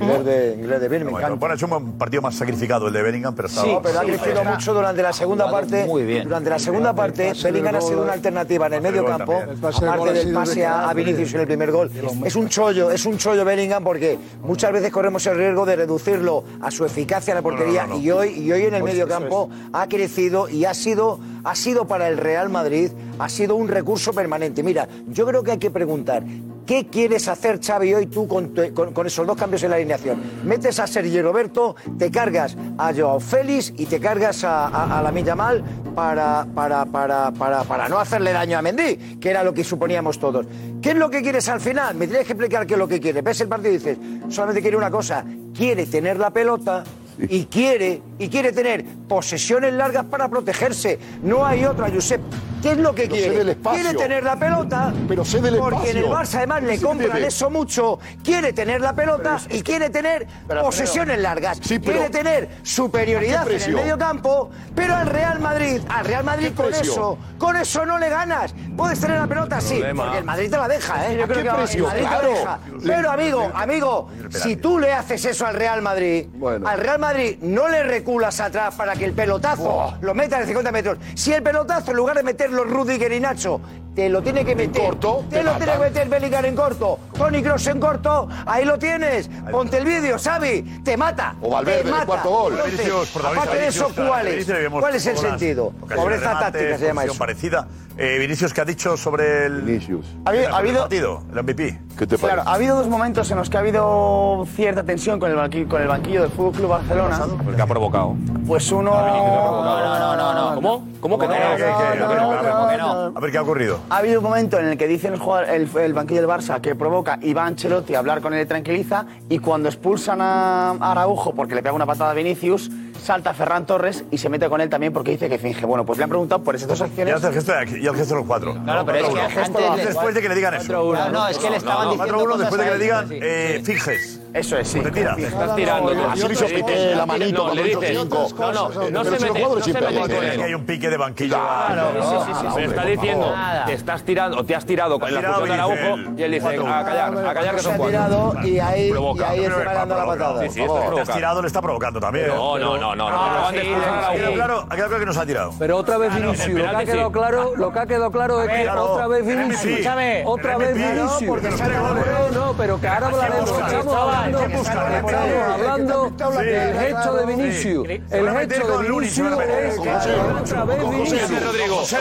S8: inglés, de, inglés de Birmingham.
S2: Bueno, bueno, es un partido más sacrificado el de Bellingham, pero estaba...
S8: Sí, pero ha crecido mucho durante la segunda parte.
S2: muy bien.
S8: Durante la segunda parte, Bellingham ha sido una alternativa en el medio campo,
S1: pase del gol
S8: aparte
S1: ha
S8: del
S1: sido
S8: pase a, a
S1: espectacular.
S8: Vinicius en el primer gol. Es un chollo, es un chollo Bellingham porque muchas veces corremos el riesgo de reducirlo a su eficacia en la portería
S15: no, no, no.
S8: y hoy y hoy en el
S15: Pues
S8: medio
S15: eso
S8: campo ha crecido y ha sido ha sido para el Real Madrid ha sido un recurso permanente. Mira, yo creo que hay que preguntar ¿Qué quieres hacer, Xavi, hoy tú con, tu- con- con esos dos cambios en la alineación? Metes a Sergio Roberto, te cargas a Joao Félix y te cargas a, a, a Lamine Yamal para, para, para, para, para no hacerle daño a Mendy, que era lo que suponíamos todos. ¿Qué es lo que quieres al final? Me tienes que explicar qué es lo que quieres. Ves el partido y dices, solamente quiere una cosa, quiere tener la pelota y quiere, y quiere tener posesiones largas para protegerse. No hay otra, Josep. ¿Qué es lo que
S15: sé del
S8: quiere?
S15: espacio.
S8: Quiere tener la pelota.
S23: Pero sé del
S8: Porque en el
S15: espacio.
S8: Barça además le
S15: Sí,
S8: compran
S15: debe.
S8: eso mucho. Quiere tener la pelota y quiere tener posesiones largas. quiere tener
S15: ¿a
S8: superioridad
S15: qué
S8: en el
S15: precio?
S8: medio campo, pero al Real Madrid, al Real Madrid con
S15: precio?
S8: eso, con eso no le ganas. Puedes tener la pelota, sí,
S15: problema.
S8: porque el Madrid te la deja, ¿eh?
S15: Yo creo
S8: El
S15: que va-
S8: Madrid te la
S15: claro.
S8: deja. Pero amigo, amigo, si tú le haces eso al Real Madrid, al Real Madrid no le reculas atrás para que el pelotazo lo meta de 50 metros. Si el pelotazo, en lugar de meterlo Rudiger y Nacho,
S15: Te lo tiene que meter. corto? Te, lo tiene que meter Bellingham en corto. Tony Cross en corto. Ahí lo tienes. Ponte el vídeo, Xavi. Te mata.
S23: O Valverde
S15: te
S23: en el
S15: mata.
S23: cuarto gol.
S15: Entonces,
S23: Vinicius, protagonista,
S15: aparte de eso,
S23: Vinicius, claro,
S15: ¿cuál es?
S23: Vinicius le vemos
S15: ¿Cuál es el
S23: algunas
S15: sentido?
S23: ocasiones
S15: Pobreza
S23: de remate,
S15: táctica se llama
S23: posición
S15: eso.
S2: Parecida. Eh, Vinicius, ¿qué ha dicho sobre el. Vinicius.
S6: Ha habido- ha habido-
S2: partido, el MVP.
S23: ¿Qué te
S6: Claro, ha habido dos momentos en los que ha habido cierta tensión con el banquillo, con el banquillo del Fútbol Club Barcelona.
S14: Porque ha provocado.
S6: Pues uno.
S14: No, no, no.
S6: ¿Cómo? ¿Cómo que no?
S2: A ver qué ha ocurrido.
S6: Ha habido un momento en el que dicen el, jugador- el, el banquillo del Barça que provoca Iván Ancelotti a hablar con él le tranquiliza y cuando expulsan a a Araujo porque le pega una patada a Vinicius, salta Ferran Torres y se mete con él también porque dice que finge. Bueno, pues le han preguntado por esas dos
S2: Y
S6: acciones.
S2: hace el gesto de, aquí- y el gesto de los cuatro.
S6: Claro, pero es que
S2: Cuatro,
S6: antes
S2: uno.
S6: le-
S2: después de que le digan eso.
S6: Cuatro, uno. No, no, es que le estaban diciendo
S2: 4-1 después de que le
S6: cosas a
S2: digan
S6: él.
S2: eh, finges.
S6: Eso es, sí.
S2: te tiras.
S6: Te estás tirando.
S23: Así lo hizo Piqué, la manito,
S2: No,
S23: cuando
S2: le
S23: hizo
S2: dices.
S23: cinco.
S2: No, no,
S23: Pero
S2: no
S23: si
S2: se
S23: los
S2: mete.
S23: jugadores
S2: No se
S23: siempre
S2: mete.
S23: hacen
S2: que
S23: eso.
S2: hay un pique de banquillo.
S23: Claro,
S2: Ah,
S23: sí, sí,
S2: hombre,
S23: sí, sí.
S20: Me está
S2: por
S20: diciendo,
S2: favor.
S20: te estás tirando, o te has tirado con la
S2: tirado
S20: expulsión de
S2: y dice
S20: Araujo y él dice, a callar, a callar que son cuatro.
S15: y ahí,
S20: Provoca.
S15: y ahí
S20: Yo creo que
S15: encima le han dado la patada.
S20: Sí, sí, esto es
S2: Te has
S20: provocar.
S2: tirado, le está provocando también.
S20: No, no, no, no, no. Ah,
S2: Ha
S20: sí,
S2: quedado
S20: sí.
S2: claro, ha quedado claro que nos ha tirado.
S17: Pero otra vez
S2: Ah, no, en el
S17: Vinicius, lo que ha
S2: penalti
S17: quedado
S2: sí.
S17: claro, lo que ha quedado claro es que
S2: Claro.
S17: otra vez
S2: El
S17: Vinicius,
S2: MVP.
S17: otra vez Vinicius. No, no, pero que ahora hablaremos, estamos hablando, estamos hablando del gesto de Vinicius. El gesto de Vinicius es otra vez Vinicius.
S20: Rodrigo. José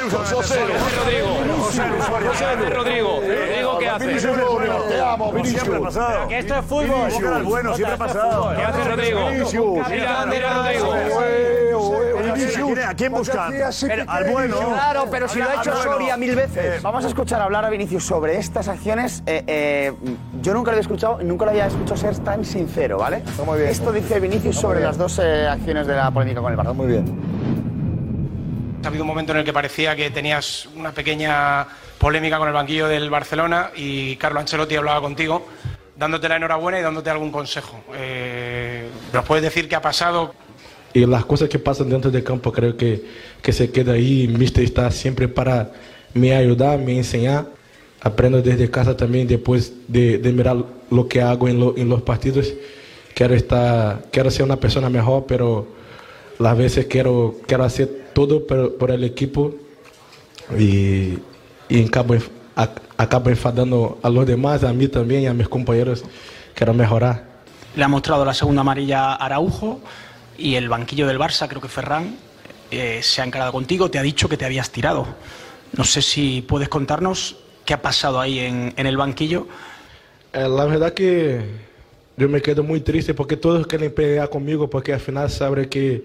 S20: Rodrigo. José Rodrigo. Rodrigo, ¿qué hace?
S23: Vinicius Junior, te amo, Vinicius.
S20: Que esto es fútbol.
S23: Vinicius.
S20: bueno, siempre ha pasado. ¿Qué hace Rodrigo?
S23: Vinicius.
S20: Mira, mira, Rodrigo.
S2: ¿A quién buscan? Pero Al bueno.
S6: Claro, pero si lo ha hecho
S2: Al bueno.
S6: Soria mil veces. Vamos a escuchar hablar a Vinicius sobre estas acciones. Eh, eh, yo nunca lo había escuchado, nunca lo había escuchado ser tan sincero, ¿vale? Esto dice Vinicius sobre las dos eh, acciones de la polémica con el Barça. Muy bien.
S9: Ha habido un momento en el que parecía que tenías una pequeña polémica con el banquillo del Barcelona y Carlo Ancelotti hablaba contigo, dándote la enhorabuena y dándote algún consejo. Eh, ¿Nos puedes decir qué ha pasado?
S11: Y las cosas que pasan dentro del campo creo que, que se queda ahí. Mister está siempre para me ayudar, me enseñar. Aprendo desde casa también después de, de mirar lo que hago en, lo- en los partidos. Quiero, estar, quiero ser una persona mejor, pero las veces quiero, quiero hacer todo por, por el equipo y, y acabo, enf- ac- acabo enfadando a los demás, a mí también, a mis compañeros. Quiero mejorar.
S26: Le ha mostrado la segunda amarilla a Araujo y el banquillo del Barça, creo que Ferran, eh, se ha encarado contigo, te ha dicho que te habías tirado. No sé si puedes contarnos qué ha pasado ahí en, en el banquillo.
S11: Eh, la verdad que yo me quedo muy triste porque todos quieren pelear conmigo porque al final saben que,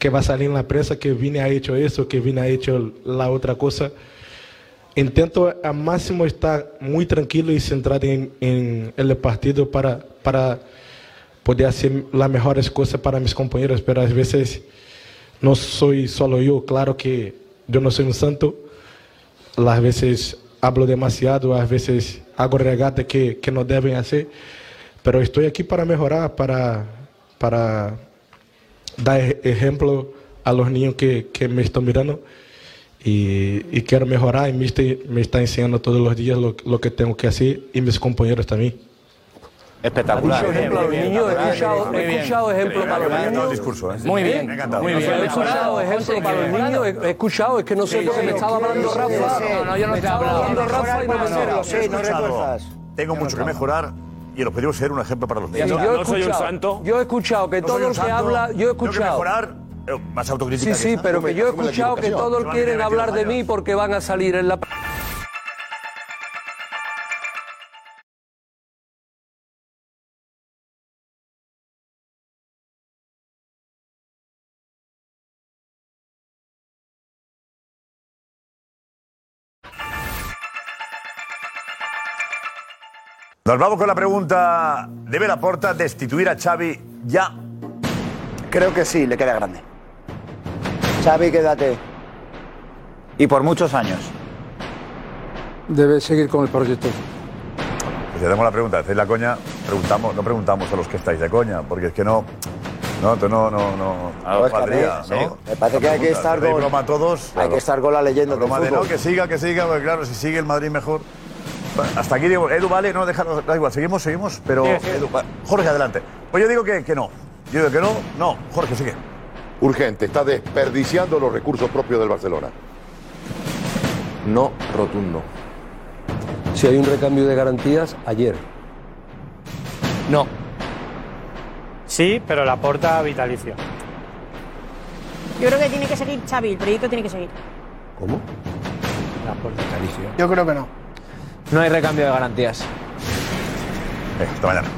S11: que va a salir en la prensa que vine ha hecho eso, que vine ha hecho la otra cosa. Intento al máximo estar muy tranquilo y centrado en, en el partido para, para poder hacer las mejores cosas para mis compañeros, pero a veces no soy solo yo, claro que yo no soy un santo, las veces hablo demasiado, a veces hago regate que, que no deben hacer, pero estoy aquí para mejorar, para, para dar ej- ejemplo a los niños que, que me están mirando y, y quiero mejorar y me, estoy- me está enseñando todos los días lo, lo que tengo que hacer y mis compañeros también.
S14: Espectacular.
S17: Dicho ejemplo a los niños, he escuchado- he escuchado ejemplo para los niños. Muy bien,
S2: Me ha encantado.
S17: muy bien. He escuchado ejemplo para los niños, he he escuchado, es que no sé, porque me estaba hablando Rafa.
S2: No, no, yo no
S17: Me estaba hablando Rafa y no me entero.
S2: Tengo mucho que mejorar y el objetivo es ser un ejemplo para los
S17: Y
S2: niños.
S17: yo he escuchado- Yo he escuchado que
S2: No soy
S17: todo
S2: un
S17: el que
S2: santo,
S17: habla, yo he
S2: tengo que
S17: escuchado.
S2: mejorar, eh, más autocrítica.
S17: Sí, sí,
S2: quizás.
S17: pero que yo he
S2: Asume la
S17: escuchado que
S2: equivocación.
S17: todos
S2: Iván
S17: quieren
S2: tiene
S17: hablar de
S2: 22
S17: mí porque van a salir en la
S2: Nos vamos con la pregunta, ¿debe Laporta destituir a Xavi ya?
S6: Creo que sí, le queda grande.
S15: Xavi, quédate.
S13: Y por muchos años.
S1: Debe seguir con el proyecto.
S2: Pues hacemos la pregunta, hacéis la coña, preguntamos, no preguntamos a los que estáis de coña, porque es que no, no, no, no, no, no,
S8: No, es que a mí,
S2: valdría,
S8: sí. Me parece que hay que estar
S2: Hacéis
S8: con-
S2: broma a todos.
S8: Hay que estar con la leyenda del
S2: Broma de no,
S8: fútbol.
S2: que siga, que siga, porque claro, si sigue el Madrid mejor. Hasta aquí, digo, Edu, vale, no, déjanos, da igual, seguimos, seguimos, pero
S23: Sí, sí.
S2: Edu, va, Jorge, adelante. Pues yo digo que, que no, yo digo que no, no, Jorge, sigue.
S23: Urgente, está desperdiciando los recursos propios del Barcelona.
S27: no rotundo.
S17: Si hay un recambio de garantías, ayer.
S7: No.
S11: Sí, pero la porta vitalicio.
S3: Yo creo que tiene que seguir Xavi, el proyecto tiene que seguir.
S17: ¿Cómo?
S11: La porta
S17: vitalicio.
S16: Yo creo que no.
S28: No hay recambio de garantías.
S2: Hasta mañana.